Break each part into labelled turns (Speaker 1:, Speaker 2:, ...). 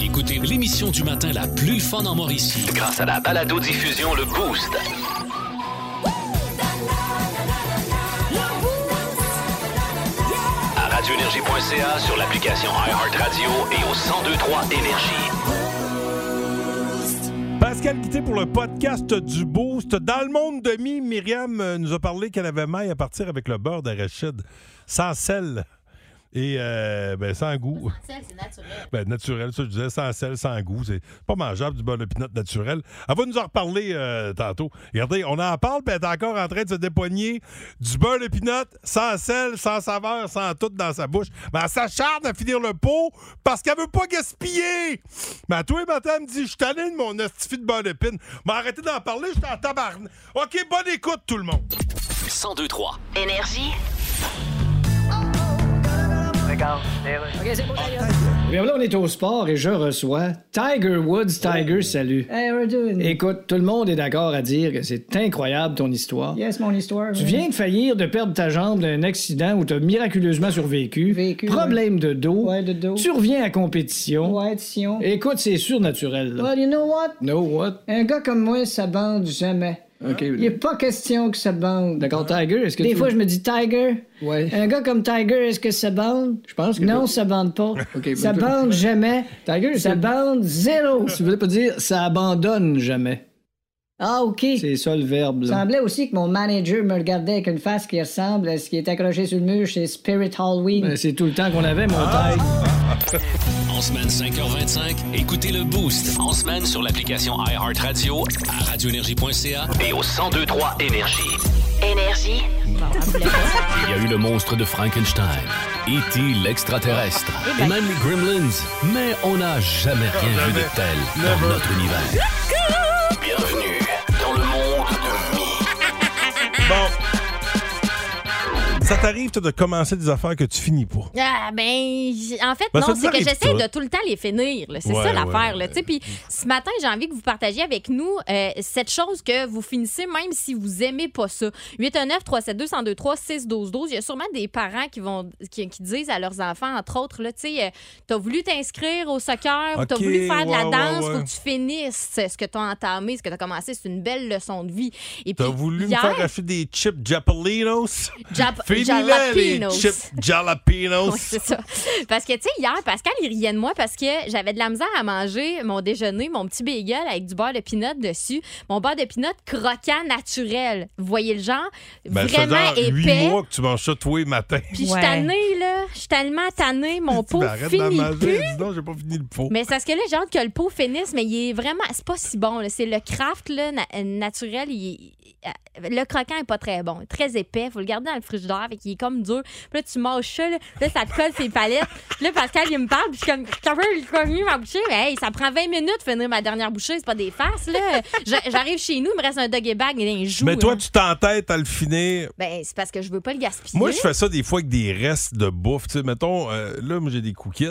Speaker 1: Écoutez l'émission du matin la plus fun en Mauricie.
Speaker 2: Grâce à la balado-diffusion Le Boost. À radioénergie.ca, sur l'application iHeartRadio et au 1023 Énergie.
Speaker 3: Pascal Guité pour le podcast du Boost. Dans le monde de mi, Myriam euh, nous a parlé qu'elle avait maille à partir avec le beurre d'arachide, sans sel et euh, ben, sans goût.
Speaker 4: C'est naturel.
Speaker 3: Ben, naturel, ça, je disais, sans sel, sans goût. C'est pas mangeable du beurre de pinot naturel. Elle va nous en reparler euh, tantôt. Regardez, on en parle, puis elle est encore en train de se dépoigner du beurre de pinot, sans sel, sans saveur, sans tout dans sa bouche. Mais elle s'acharne à finir le pot parce qu'elle veut pas gaspiller. Mais à tous les matins, elle me dit Je suis tanné de mon astifi de beurre de pin. Mais arrêtez d'en parler, je suis en tabarne. OK, bonne écoute, tout le monde.
Speaker 1: 1023
Speaker 5: Énergie.
Speaker 6: Bien là, on est au sport et je reçois Tiger Woods.
Speaker 7: Oh.
Speaker 6: Tiger, salut. Écoute, tout le monde est d'accord à dire que c'est incroyable ton histoire.
Speaker 7: Yes, mon histoire.
Speaker 6: Tu viens de faillir de perdre ta jambe d'un accident où tu as miraculeusement survécu. Problème de dos.
Speaker 7: Ouais, de dos.
Speaker 6: Tu reviens à compétition.
Speaker 7: Ouais, Sion.
Speaker 6: Écoute, c'est surnaturel. là.
Speaker 7: Well, you know what?
Speaker 6: No what?
Speaker 7: Un gars comme moi, ça bande jamais.
Speaker 6: OK.
Speaker 7: Il est pas question que ça bande.
Speaker 6: D'accord, Tiger, est-ce que
Speaker 7: Des
Speaker 6: tu...
Speaker 7: fois, je me dis Tiger.
Speaker 6: Ouais.
Speaker 7: Un gars comme Tiger, est-ce que ça bande?
Speaker 6: Je pense que-
Speaker 7: Non, ça bande pas.
Speaker 6: OK,
Speaker 7: ça
Speaker 6: mais-
Speaker 7: bande jamais.
Speaker 6: Tiger,
Speaker 7: Ça
Speaker 6: c'est-
Speaker 7: bande zéro.
Speaker 6: Tu voulais pas dire ça abandonne jamais.
Speaker 7: Ah, OK.
Speaker 6: C'est ça le verbe,
Speaker 7: Il
Speaker 6: là.
Speaker 7: semblait aussi que mon manager me regardait avec une face qui ressemble à ce qui est accroché sur le mur chez Spirit Halloween.
Speaker 6: Ben, C'est tout le temps qu'on avait, mon
Speaker 7: Ah.
Speaker 6: Tiger.
Speaker 1: En semaine 5h25, écoutez le Boost.
Speaker 2: En semaine, sur l'application iHeartRadio
Speaker 1: À radioénergie.ca,
Speaker 2: et au 1023 Énergie.
Speaker 5: Énergie.
Speaker 1: il y a eu le monstre de Frankenstein, E.T. l'extraterrestre, et même les Gremlins. Mais on n'a jamais rien vu de tel dans notre univers.
Speaker 2: Bienvenue dans le monde de Mi.
Speaker 3: Bon. Ça t'arrive, toi, de commencer des affaires que tu finis pas.
Speaker 4: Ah, ben, j- en fait,
Speaker 3: Ben, ça
Speaker 4: non,
Speaker 3: nous
Speaker 4: c'est que
Speaker 3: arrive
Speaker 4: j'essaie
Speaker 3: tout.
Speaker 4: de tout le temps les finir. là. C'est
Speaker 3: Ouais,
Speaker 4: ça
Speaker 3: ouais,
Speaker 4: l'affaire. là,
Speaker 3: ouais.
Speaker 4: tu sais. Puis ce matin, j'ai envie que vous partagiez avec nous euh, cette chose que vous finissez même si vous aimez pas ça. 819 372 1023 6 12 12 Il y a sûrement des parents qui vont qui, qui disent à leurs enfants, entre autres, là, tu sais, euh, t'as voulu t'inscrire au soccer, ou t'as
Speaker 3: Ok,
Speaker 4: voulu faire de la
Speaker 3: ouais, ouais,
Speaker 4: danse,
Speaker 3: ouais.
Speaker 4: faut que tu finisses ce que t'as entamé, ce que t'as commencé. C'est une belle leçon de vie. Et puis,
Speaker 3: T'as voulu
Speaker 4: hier,
Speaker 3: me faire acheter des chips jalapenos?
Speaker 4: Jap-
Speaker 3: Finis-les, les
Speaker 4: jalapenos.
Speaker 3: chips jalapenos.
Speaker 4: Oui, c'est ça. Parce que, tu sais, hier, Pascal, il riait de moi parce que j'avais de la misère à manger mon déjeuner, mon petit bagel avec du beurre de pinot dessus. Mon beurre de pinot croquant naturel. Vous voyez le genre?
Speaker 3: Ben, ça fait
Speaker 4: Vraiment
Speaker 3: genre huit
Speaker 4: épais.
Speaker 3: mois que tu manges ça tous les matins.
Speaker 4: Puis je suis
Speaker 8: Ouais.
Speaker 4: tannée, là. Je suis tellement tannée. Mon pot
Speaker 3: Ben, arrête d'en
Speaker 4: finit plus.
Speaker 3: manger. Dis donc, j'ai pas fini le pot.
Speaker 4: Mais c'est parce que là, j'ai hâte que le pot finisse, mais il est vraiment. C'est pas si bon. là. C'est le craft là, na- euh, naturel. il est- Le croquant est pas très bon. Très épais. Faut le garder dans le frigidaire. Fait qu'il est comme dur. Puis là, tu manges ça. Là, Là, ça te colle ses palettes. là, Pascal, il me parle. Puis je suis comme. T'as vu, j'ai pas fini ma bouchée. Mais hey, ça prend 20 minutes de finir ma dernière bouchée. C'est pas des farces, là. Je- J'arrive chez nous. Il me reste un doggy bag. Il y a un joue.
Speaker 3: Mais toi,
Speaker 4: hein.
Speaker 3: tu t'entêtes à le finir.
Speaker 4: Ben, c'est parce que je veux pas le gaspiller.
Speaker 3: Moi, je fais ça des fois avec des restes de bouffe. Tu sais, mettons, euh, là, moi, j'ai des cookies.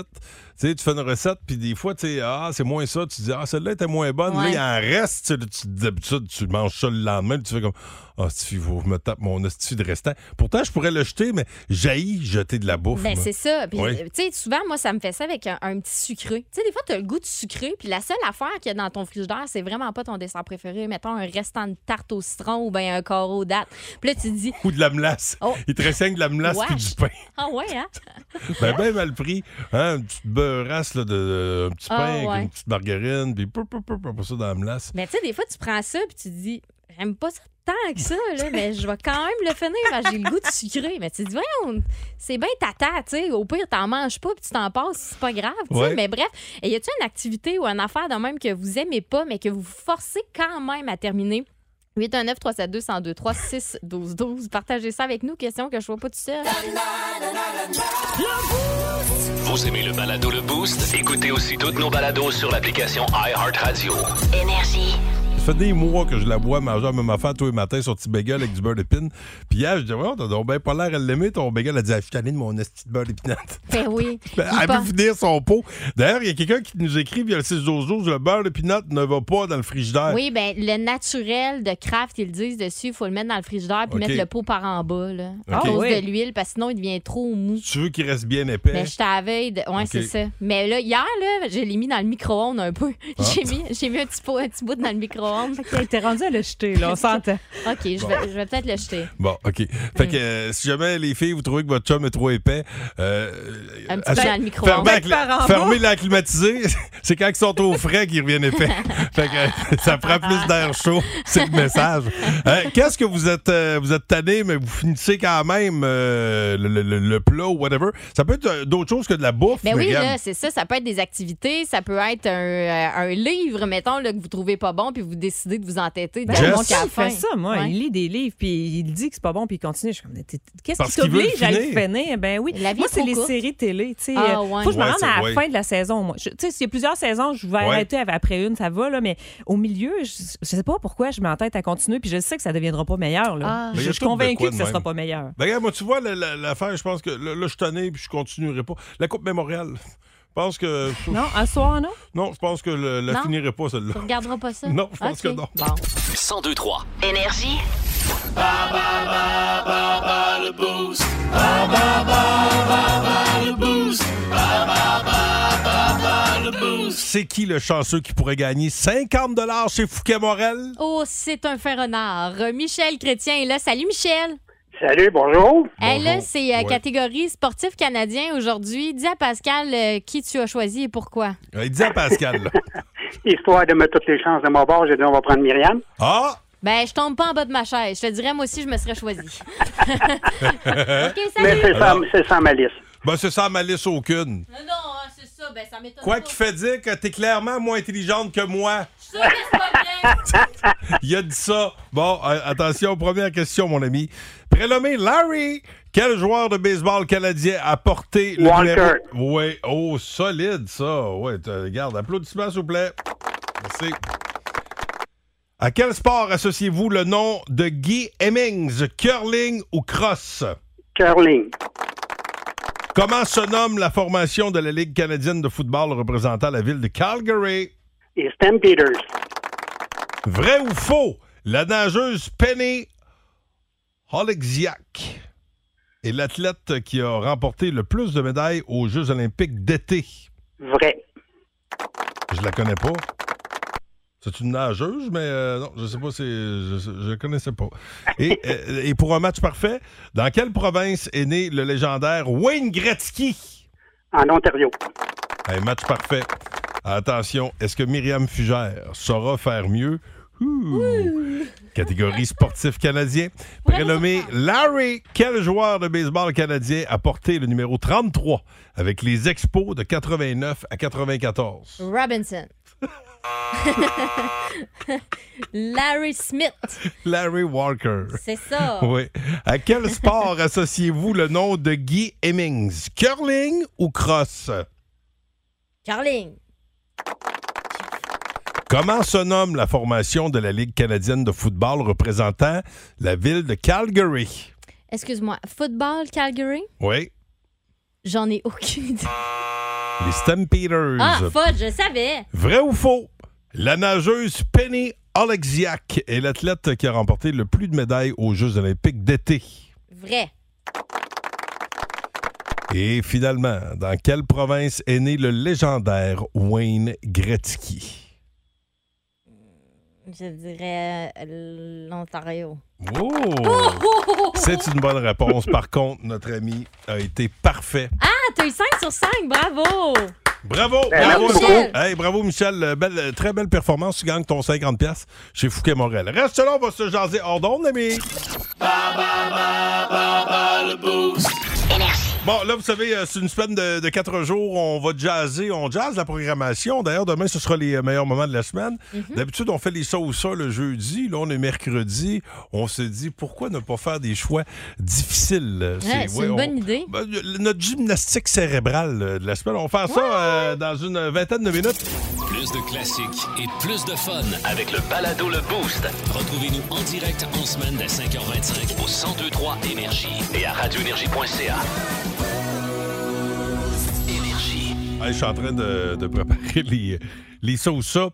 Speaker 3: Tu sais, tu fais une recette, puis des fois, tu sais, ah, c'est moins ça. Tu dis, ah, celle-là était moins bonne.
Speaker 4: Ouais.
Speaker 3: Là, il en reste. Tu sais, là, tu- d'habitude, tu manges ça le lendemain, puis tu fais comme, ah, si, faut que je me tape mon hostie de restant. Pourtant, je pourrais le jeter, mais j'haïs jeter de la bouffe.
Speaker 4: Ben,
Speaker 3: moi.
Speaker 4: c'est ça. Puis,
Speaker 3: Oui.
Speaker 4: euh, tu sais, souvent, moi, ça me fait ça avec un, un petit sucré. Tu sais, des fois, tu as le goût de sucré, puis la seule affaire qu'il y a dans ton frigidaire, c'est vraiment pas ton dessert préféré. Mettons un restant de tarte au citron ou bien un carreau date. Puis là, tu te dis,
Speaker 3: Ou de la melasse.
Speaker 4: Oh.
Speaker 3: Il te renseigne de la melasse
Speaker 4: Wesh.
Speaker 3: puis du pain.
Speaker 4: ah ouais, hein?
Speaker 3: Ben, ben mal pris. Hein, une petite beurrasse, là, de, de- un petit
Speaker 4: Ah,
Speaker 3: pain avec
Speaker 4: ouais.
Speaker 3: une petite margarine, puis pou, pou, pou, pou, pour ça dans la melasse.
Speaker 4: Mais tu sais, des fois, tu prends ça, puis tu te dis, j'aime pas ça tant que ça, là, mais je vais quand même le finir, parce que j'ai le goût de sucré. Mais tu te dis, voyons, c'est bien tata, tu sais. Au pire, t'en manges pas, puis tu t'en passes, c'est pas grave, tu sais.
Speaker 3: Ouais.
Speaker 4: Mais bref, y a-tu une activité ou une affaire de même que vous aimez pas, mais que vous forcez quand même à terminer? 819 372 1023 6 12 12 Partagez ça avec nous, question que je vois pas tout seul.
Speaker 2: Vous aimez le balado Le Boost? Écoutez aussi toutes nos balados sur l'application iHeartRadio.
Speaker 5: Énergie.
Speaker 3: Ça fait des mois que je la bois manger même affaire tous les matins sur petit bagel avec du beurre d'épine. Puis hier, je dis, ouais, t'as donc ben pas l'air à l'aimer, ton bagel. Elle dit, ah, je suis tanné de mon esti de beurre d'épinate.
Speaker 4: Ben oui.
Speaker 3: Ben,
Speaker 4: J'ai
Speaker 3: Elle
Speaker 4: pas-
Speaker 3: veut finir son pot. D'ailleurs, il y a quelqu'un qui nous écrit via le 612 le beurre de pinot ne va pas dans le frigidaire.
Speaker 4: Oui, ben le naturel de Kraft, ils le disent dessus, il faut le mettre dans le frigidaire puis
Speaker 3: OK.
Speaker 4: mettre le pot par en bas là, à
Speaker 3: OK.
Speaker 4: cause
Speaker 6: Ah oui.
Speaker 4: de l'huile, parce que sinon il devient trop mou.
Speaker 3: Tu veux qu'il reste bien
Speaker 4: Mais
Speaker 3: épais?
Speaker 4: Ben, je t'avais. De... Ouais,
Speaker 3: OK.
Speaker 4: c'est ça. Mais là, hier, là, je l'ai mis dans le micro-ondes un peu.
Speaker 3: Ah.
Speaker 4: J'ai mis, j'ai mis un, petit pot, un petit bout dans le micro-ondes.
Speaker 8: Hey, T'es rendu à le jeter, là, on s'entend.
Speaker 4: OK, je vais, je vais peut-être le jeter.
Speaker 3: Bon, OK. Fait que euh, si jamais les filles, vous trouvez que votre chum est trop épais, euh,
Speaker 4: Un petit
Speaker 3: euh,
Speaker 4: peu dans le micro-ondes.
Speaker 3: fermez la cli-
Speaker 8: Par en
Speaker 3: fermez la climatisée. c'est quand ils sont au frais qu'ils reviennent épais. fait que euh, ça prend plus d'air chaud. C'est le message. Euh, Qu'est-ce que vous êtes euh, vous êtes tanné, mais vous finissez quand même euh, le, le- le- le plat ou whatever. Ça peut être euh, d'autres choses que de la bouffe.
Speaker 4: Ben oui,
Speaker 3: Myriam.
Speaker 4: là, c'est ça. Ça peut être des activités, ça peut être un, euh, un livre, mettons, là, que vous trouvez pas bon, puis vous décidez de vous entêter.
Speaker 8: Ben,
Speaker 4: dans
Speaker 3: Jess?
Speaker 4: mon
Speaker 8: mon
Speaker 4: café.
Speaker 8: chum fait ça, moi.
Speaker 4: Ouais.
Speaker 8: Il lit des livres, puis il dit que c'est pas bon, puis il continue. Je suis comme, mais t'es- t'es- qu'est-ce
Speaker 3: Parce
Speaker 8: qui
Speaker 3: qu'il veut le
Speaker 8: t'oblige à le
Speaker 3: finir.
Speaker 8: finir? Ben oui.
Speaker 4: La vie
Speaker 8: moi,
Speaker 4: est
Speaker 8: c'est
Speaker 4: trop
Speaker 8: les
Speaker 4: courte.
Speaker 8: séries télé. tu sais.
Speaker 4: Ah,
Speaker 8: Euh,
Speaker 4: ouais.
Speaker 8: Faut que je me
Speaker 3: Ouais,
Speaker 8: rende
Speaker 3: c'est
Speaker 8: à la
Speaker 3: vrai.
Speaker 8: fin de la saison, moi. Je- Tu sais, s'il y a plusieurs saisons, je vais
Speaker 3: Ouais.
Speaker 8: arrêter av- après une, ça va, là, mais au milieu, je, je sais pas pourquoi je m'entête à continuer, puis je sais que ça deviendra pas meilleur. là.
Speaker 4: Ah.
Speaker 3: Ben, il y
Speaker 8: Je je
Speaker 3: a
Speaker 8: suis
Speaker 3: tout de quoi
Speaker 8: convaincue
Speaker 3: de
Speaker 8: que ça
Speaker 3: même.
Speaker 8: sera pas meilleur.
Speaker 3: Ben, regarde, moi, tu vois, la- la- l'affaire, je pense que là, là, je suis tanné puis je continuerai pas. La Coupe Mémoriale, je pense que.
Speaker 8: Non, un soir, non?
Speaker 3: Non, je pense que le- la
Speaker 4: Non.
Speaker 3: finirai pas,
Speaker 4: Tu
Speaker 3: celle-là.
Speaker 4: regarderas pas ça?
Speaker 3: Non, je pense
Speaker 4: OK.
Speaker 3: que non.
Speaker 4: Bon.
Speaker 2: 1023.
Speaker 5: Énergie.
Speaker 3: C'est qui le chanceux qui pourrait gagner 50 chez Fouquet Morel?
Speaker 4: Oh, c'est un fin renard. Michel Chrétien est là. Salut, Michel.
Speaker 9: Salut, bonjour.
Speaker 4: Hey, là,
Speaker 3: Bonjour.
Speaker 4: c'est euh,
Speaker 3: Ouais.
Speaker 4: catégorie sportif canadien aujourd'hui. Dis à Pascal euh, qui tu as choisi et pourquoi.
Speaker 3: Euh, Il dit à Pascal. là.
Speaker 9: Histoire de mettre toutes les chances de mon bord, j'ai dit on va prendre Myriam.
Speaker 3: Ah!
Speaker 4: Ben, je tombe pas en bas de ma chaise. Je te dirais, moi aussi, je me serais choisi. OK,
Speaker 9: Mais
Speaker 4: salut.
Speaker 9: c'est sans, c'est sans malice.
Speaker 3: Ben, c'est sans malice aucune.
Speaker 4: Non, non, hein, c'est ça. Ben, ça m'étonne
Speaker 3: Quoi
Speaker 4: pas.
Speaker 3: qui fait dire que t'es clairement moins intelligente que moi.
Speaker 4: Je suis sûre que c'est pas bien.
Speaker 3: Il a dit ça. Bon, euh, attention, première question, mon ami. Prénommé Larry, quel joueur de baseball canadien a porté le
Speaker 9: Walker.
Speaker 3: numéro... Oui, oh, solide, ça. Oui, regarde, applaudissements, s'il vous plaît. Merci. À quel sport associez-vous le nom de Guy Hemmings, curling ou cross?
Speaker 9: Curling.
Speaker 3: Comment se nomme la formation de la Ligue canadienne de football représentant la ville de Calgary?
Speaker 9: Et Stampeders.
Speaker 3: Vrai ou faux? La nageuse Penny Oleksiak est l'athlète qui a remporté le plus de médailles aux Jeux olympiques d'été.
Speaker 9: Vrai.
Speaker 3: Je la connais pas. C'est une nageuse, mais euh, non, je sais pas si... Je ne connaissais pas. Et, euh, et pour un match parfait, dans quelle province est né le légendaire Wayne Gretzky?
Speaker 9: En Ontario.
Speaker 3: Un match parfait. Attention, est-ce que Myriam Fugère saura faire mieux? Ouh. Catégorie sportif canadien. Prénommé Larry, quel joueur de baseball canadien a porté le numéro 33 avec les Expos de 89 à 94?
Speaker 4: Robinson. Larry Smith.
Speaker 3: Larry Walker.
Speaker 4: C'est ça.
Speaker 3: Oui. À quel sport associez-vous le nom de Guy Hemmings? Curling ou cross?
Speaker 4: Carling.
Speaker 3: Comment se nomme la formation de la Ligue canadienne de football représentant la ville de Calgary?
Speaker 4: Excuse-moi. Football Calgary?
Speaker 3: Oui.
Speaker 4: J'en ai aucune idée.
Speaker 3: Les Stampeders.
Speaker 4: Ah, fudge, je savais.
Speaker 3: Vrai ou faux? La nageuse Penny Oleksiak est l'athlète qui a remporté le plus de médailles aux Jeux olympiques d'été.
Speaker 4: Vrai.
Speaker 3: Et finalement, dans quelle province est né le légendaire Wayne Gretzky?
Speaker 4: Je dirais euh, l'Ontario.
Speaker 3: Oh! C'est une bonne réponse. Par contre, notre ami a été parfait.
Speaker 4: Ah, t'as eu 5 sur 5, bravo!
Speaker 3: Bravo!
Speaker 9: Ben,
Speaker 3: bravo,
Speaker 9: merci
Speaker 3: Michel!
Speaker 4: beaucoup.
Speaker 3: Hey, bravo, Michel. Euh, belle- euh, très belle performance. Tu gagnes ton 50$ chez Fouquet Morel. Reste là, on va se jaser hors d'onde, ami.
Speaker 5: Énergie.
Speaker 3: Bon, là, vous savez, euh, c'est une semaine de, de quatre jours. On va jazzer. On jazz la programmation. D'ailleurs, demain, ce sera les euh, meilleurs moments de la semaine.
Speaker 4: Mhm.
Speaker 3: D'habitude, on fait les ça ou ça le jeudi. Là, on est mercredi. On se dit, pourquoi ne pas faire des choix difficiles? Euh,
Speaker 4: Ouais, c'est
Speaker 3: ouais,
Speaker 4: une
Speaker 3: on-
Speaker 4: bonne idée.
Speaker 3: Ben, le- notre gymnastique cérébrale euh, de la semaine. On va faire ça euh, dans une vingtaine de minutes.
Speaker 1: Plus de classiques et plus de fun.
Speaker 2: Avec le balado Le Boost
Speaker 1: Retrouvez-nous en direct en semaine dès 5h25
Speaker 2: au 1023 Énergie et à radioénergie.ca. Énergie.
Speaker 3: Hey, je suis en train de, de préparer les, les ça ou ça.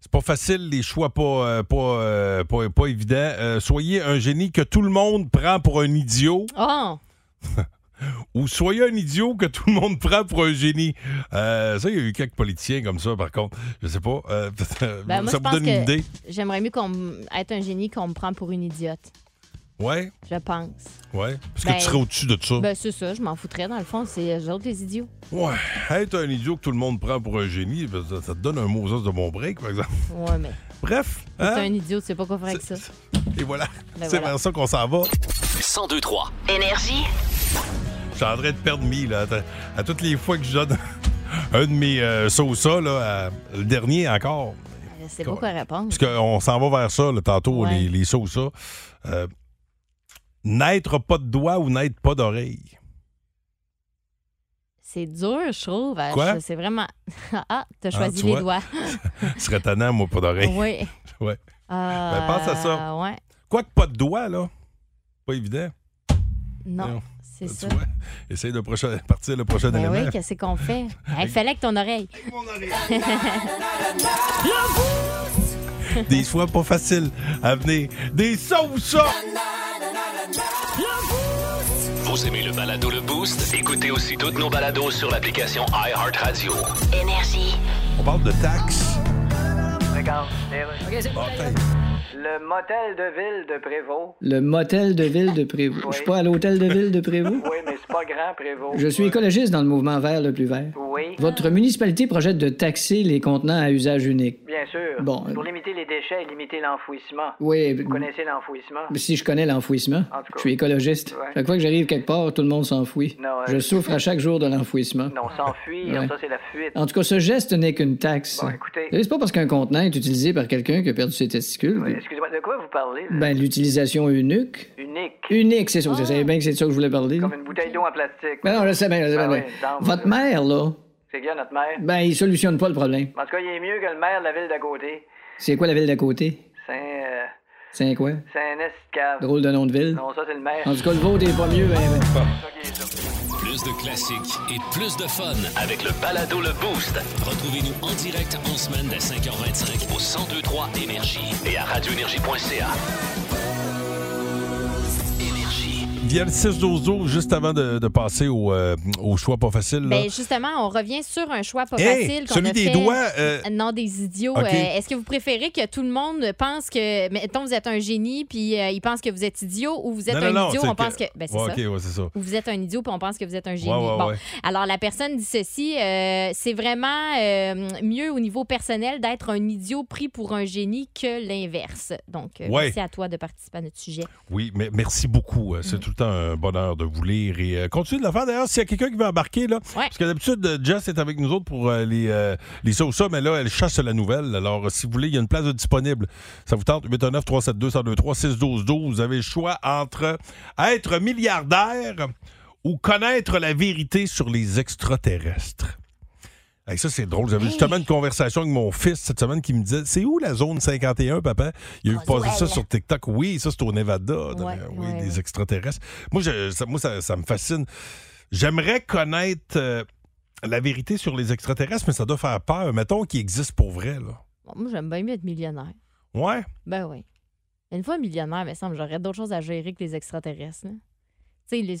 Speaker 3: C'est pas facile, les choix pas, euh, pas, euh, pas, pas évidents. Euh, soyez un génie que tout le monde prend pour un idiot
Speaker 4: Oh!
Speaker 3: ou soyez un idiot que tout le monde prend pour un génie. Euh, ça, il y a eu quelques politiciens comme ça, par contre. Je sais pas. euh,
Speaker 4: Ben, moi,
Speaker 3: ça
Speaker 4: je
Speaker 3: vous
Speaker 4: pense
Speaker 3: donne une
Speaker 4: que
Speaker 3: idée?
Speaker 4: j'aimerais mieux qu'on m- être un génie qu'on me prend pour une idiote,
Speaker 3: Ouais,
Speaker 4: je pense.
Speaker 3: ouais. Parce que
Speaker 4: Ben,
Speaker 3: tu serais au-dessus de ça.
Speaker 4: Ben, c'est ça, je m'en foutrais. Dans le fond, c'est eux autres les idiots.
Speaker 3: Ouais. Être un idiot que tout le monde prend pour un génie, ben, ça, ça te donne un Moses de bon break, par exemple.
Speaker 4: Ouais, mais
Speaker 3: Bref.
Speaker 4: t'es
Speaker 3: hein?
Speaker 4: un idiot, tu sais pas quoi faire avec ça.
Speaker 3: Et voilà.
Speaker 4: Ben
Speaker 3: C'est
Speaker 4: voilà.
Speaker 3: vers ça qu'on s'en va.
Speaker 2: 1023.
Speaker 5: Énergie.
Speaker 3: Je suis en train de perdre mille là, à, à toutes les fois que je donne un de mes euh, ça ou ça, là, à- le dernier encore.
Speaker 4: Je sais pas quoi répondre.
Speaker 3: Parce qu'on s'en va vers ça là, tantôt,
Speaker 4: Ouais.
Speaker 3: les, les ça ou ça. Euh, naître pas de doigts ou naître pas d'oreille.
Speaker 4: C'est dur, je trouve. Euh,
Speaker 3: Quoi?
Speaker 4: je- C'est vraiment. ah, t'as
Speaker 3: Ah,
Speaker 4: choisi
Speaker 3: tu
Speaker 4: les
Speaker 3: vois.
Speaker 4: doigts.
Speaker 3: Ce serait tannant, moi, pas d'oreille.
Speaker 4: oui.
Speaker 3: Ouais.
Speaker 4: Euh,
Speaker 3: Ben, pense à ça.
Speaker 4: Ouais.
Speaker 3: Quoique pas de doigts, là. Pas évident.
Speaker 4: Non,
Speaker 3: Non.
Speaker 4: c'est
Speaker 3: Tu
Speaker 4: ça.
Speaker 3: vois? Essaye de prochain- partir le prochain
Speaker 4: Ben
Speaker 3: élément.
Speaker 4: oui, qu'est-ce qu'on fait? Il fallait que ton oreille.
Speaker 3: Des choix pas faciles à venir. Des ça ou ça!
Speaker 2: Vous aimez le balado Le Boost Écoutez aussi toutes nos balados sur l'application iHeartRadio.
Speaker 5: Énergie.
Speaker 3: On parle de taxes.
Speaker 9: Le motel de ville de Prévost.
Speaker 6: Le motel de ville de Prévost. Je suis pas à l'hôtel de ville de Prévost.
Speaker 9: Oui, mais c'est pas grand, Prévost.
Speaker 6: Je suis écologiste dans le mouvement vert le plus vert.
Speaker 9: Oui,
Speaker 6: Votre municipalité projette de taxer les contenants à usage unique.
Speaker 9: bien sûr.
Speaker 6: Bon. euh,
Speaker 9: Pour limiter les déchets et limiter l'enfouissement.
Speaker 6: Oui, b-
Speaker 9: Vous connaissez l'enfouissement?
Speaker 6: si je connais l'enfouissement,
Speaker 9: En tout cas.
Speaker 6: je suis écologiste.
Speaker 9: Ouais.
Speaker 6: Chaque fois que j'arrive quelque part, tout le monde s'enfouit.
Speaker 9: Non, ouais.
Speaker 6: Je souffre à chaque jour de l'enfouissement.
Speaker 9: Non, s'enfuir,
Speaker 6: Ouais.
Speaker 9: ça c'est la fuite.
Speaker 6: En tout cas, ce geste n'est qu'une taxe.
Speaker 9: Bon, écoutez.
Speaker 6: C'est pas parce qu'un contenant est utilisé par quelqu'un qui a perdu ses testicules.
Speaker 9: Oui, Excusez-moi, de quoi vous parlez? là?
Speaker 6: Ben, l'utilisation unique.
Speaker 9: Unique.
Speaker 6: Unique, c'est ça. Vous savez bien que c'est de ça que je voulais parler. là.
Speaker 9: Ah! Comme une bouteille d'eau en plastique.
Speaker 6: Ben non, je sais bien, je sais bien.
Speaker 9: Ben
Speaker 6: mais
Speaker 9: oui, dans-
Speaker 6: Votre mère, là,
Speaker 9: C'est bien notre maire.
Speaker 6: ben, il solutionne pas le problème.
Speaker 9: En tout cas, il est mieux que le maire de la ville d'à côté.
Speaker 6: C'est quoi la ville d'à côté?
Speaker 9: Saint. euh,
Speaker 6: C'est quoi?
Speaker 9: Saint-Nest-Cave.
Speaker 6: Drôle de nom de ville.
Speaker 9: Non, ça c'est le maire.
Speaker 6: En tout cas, le vôtre est pas mieux. ben, ben.
Speaker 1: Plus de classiques et plus de fun.
Speaker 2: Avec le balado Le Boost
Speaker 1: Retrouvez-nous en direct en semaine dès 5h25
Speaker 2: au 1023 Énergie et à radioénergie.ca. Énergie.
Speaker 3: Via le 6-12-12, juste avant de, de passer au, euh, au choix pas facile. là.
Speaker 4: Ben, justement, on revient sur un choix pas
Speaker 3: Hey,
Speaker 4: facile. qu'on
Speaker 3: celui
Speaker 4: a
Speaker 3: des
Speaker 4: fait.
Speaker 3: doigts, euh,
Speaker 4: Non, des idiots.
Speaker 3: OK.
Speaker 4: Euh, Est-ce que vous préférez que tout le monde pense que, mettons, vous êtes un génie, puis euh, ils pensent que vous êtes idiot, ou vous êtes
Speaker 3: Non,
Speaker 4: un
Speaker 3: non, non,
Speaker 4: idiot,
Speaker 3: c'est
Speaker 4: on pense que. Ben, c'est
Speaker 3: Ouais,
Speaker 4: ça.
Speaker 3: OK, ouais, c'est ça.
Speaker 4: Ou vous êtes un idiot, puis on pense que vous êtes un génie.
Speaker 3: Ouais, ouais,
Speaker 4: bon.
Speaker 3: ouais.
Speaker 4: Alors, la personne dit ceci euh, c'est vraiment euh, mieux au niveau personnel d'être un idiot pris pour un génie que l'inverse. Donc, euh,
Speaker 3: Ouais.
Speaker 4: merci à toi de participer à notre sujet.
Speaker 3: Oui, mais merci beaucoup. Euh,
Speaker 4: Mm.
Speaker 3: C'est tout le temps un bonheur de vous lire et euh, continuez de le faire. D'ailleurs, s'il y a quelqu'un qui veut embarquer, là,
Speaker 4: Ouais.
Speaker 3: parce que d'habitude, euh, Jess est avec nous autres pour euh, les, euh, les ça ou ça, mais là, elle chasse la nouvelle. Alors, euh, si vous voulez, il y a une place de disponible. Ça vous tente 819 372 1023 612 12 Vous avez le choix entre être milliardaire ou connaître la vérité sur les extraterrestres. Hey, ça, c'est drôle. J'avais justement une conversation avec mon fils cette semaine qui me disait C'est où la zone 51, papa Il a eu posé ça sur TikTok. Oui, ça, c'est au Nevada. dans-
Speaker 4: Ah, Ouais,
Speaker 3: oui,
Speaker 4: ouais,
Speaker 3: des
Speaker 4: ouais.
Speaker 3: extraterrestres. Moi, je- ça, moi, ça- ça me fascine. J'aimerais connaître euh, la vérité sur les extraterrestres, mais ça doit faire peur. Mettons qu'ils existent pour vrai. Là.
Speaker 4: Bon, moi, j'aime bien mieux être millionnaire.
Speaker 3: Ouais.
Speaker 4: Ben oui. Une fois millionnaire, il me semble, j'aurais d'autres choses à gérer que les extraterrestres. là. Tu sais, les.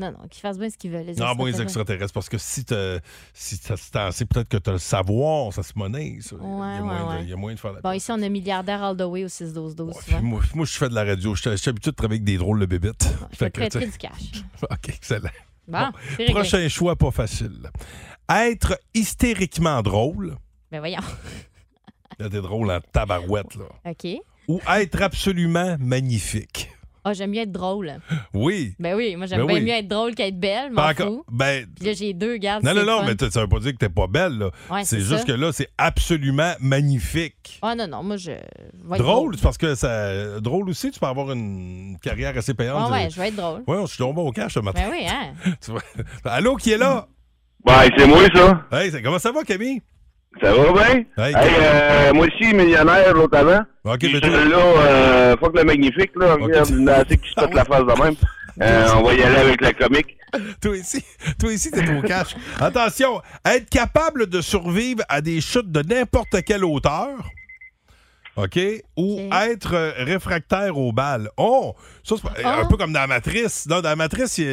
Speaker 4: Non, non, qu'ils fassent bien ce qu'ils veulent. Les
Speaker 3: Non, moi, les
Speaker 4: extraterrestres.
Speaker 3: extraterrestres, parce que si, t'as- si ça se t'en- c'est peut-être que tu as le savoir, ça se monnaie. ça. il, y
Speaker 4: Ouais,
Speaker 3: a moyen
Speaker 4: ouais,
Speaker 3: de-
Speaker 4: ouais.
Speaker 3: il y a moyen de faire la
Speaker 4: Bon, ici, on a milliardaire all the way au 6-12-12.
Speaker 3: ben, Ouais, puis
Speaker 4: souvent.
Speaker 3: moi, moi, je fais de la radio. Je je suis habitué de travailler avec des drôles de bébites.
Speaker 4: Je
Speaker 3: Fait
Speaker 4: peux
Speaker 3: que,
Speaker 4: traiter
Speaker 3: tu sais,
Speaker 4: du cash.
Speaker 3: OK, excellent.
Speaker 4: Bon, c'est réglé.
Speaker 3: Prochain choix pas facile. Être hystériquement drôle.
Speaker 4: Ben voyons.
Speaker 3: Là, t'es drôle en tabarouette, là.
Speaker 4: OK.
Speaker 3: Ou être absolument magnifique.
Speaker 4: Ah, j'aime mieux être drôle.
Speaker 3: Oui.
Speaker 4: Ben oui, moi, j'aime
Speaker 3: Ben
Speaker 4: bien
Speaker 3: oui.
Speaker 4: mieux être drôle qu'être belle,
Speaker 3: Pas
Speaker 4: m'en
Speaker 3: encore-
Speaker 4: fous.
Speaker 3: Ben,
Speaker 4: Puis là, j'ai deux, gardes.
Speaker 3: non, non, non, mais t- ça veut pas dire que t'es pas belle, là.
Speaker 4: Ouais,
Speaker 3: c'est
Speaker 4: c'est
Speaker 3: juste
Speaker 4: ça.
Speaker 3: que là, c'est absolument magnifique.
Speaker 4: Ah, non, non, moi, je. je vais être
Speaker 3: Drôle, c'est parce que ça. Drôle aussi, tu peux avoir une carrière assez payante. euh.
Speaker 4: Ah, ouais, je vais être drôle.
Speaker 3: hein, Ouais, je suis tombé au cash ce matin.
Speaker 4: Ben oui, hein.
Speaker 3: Tu vois. Allô, qui est là?
Speaker 5: Ben, c'est moi, ça.
Speaker 3: Hey, c'est- comment ça va, Camille?
Speaker 5: Ça va bien?
Speaker 3: Hey,
Speaker 5: Hey, euh, moi aussi, millionnaire, l'autre avant.
Speaker 3: OK,
Speaker 5: Puis
Speaker 3: mais toi-
Speaker 5: celui-là, euh, fuck le magnifique, là. Regarde, c'est
Speaker 3: Ah
Speaker 5: qui se pète la face de même. Euh, on va y aller avec la comique.
Speaker 3: Toi ici, toi ici, t'es au cash. Attention, être capable de survivre à des chutes de n'importe quelle hauteur. OK? Ou être euh, réfractaire aux balles. Oh! Ça, c'est pas- un peu comme dans la matrice. Non, dans la matrice, il-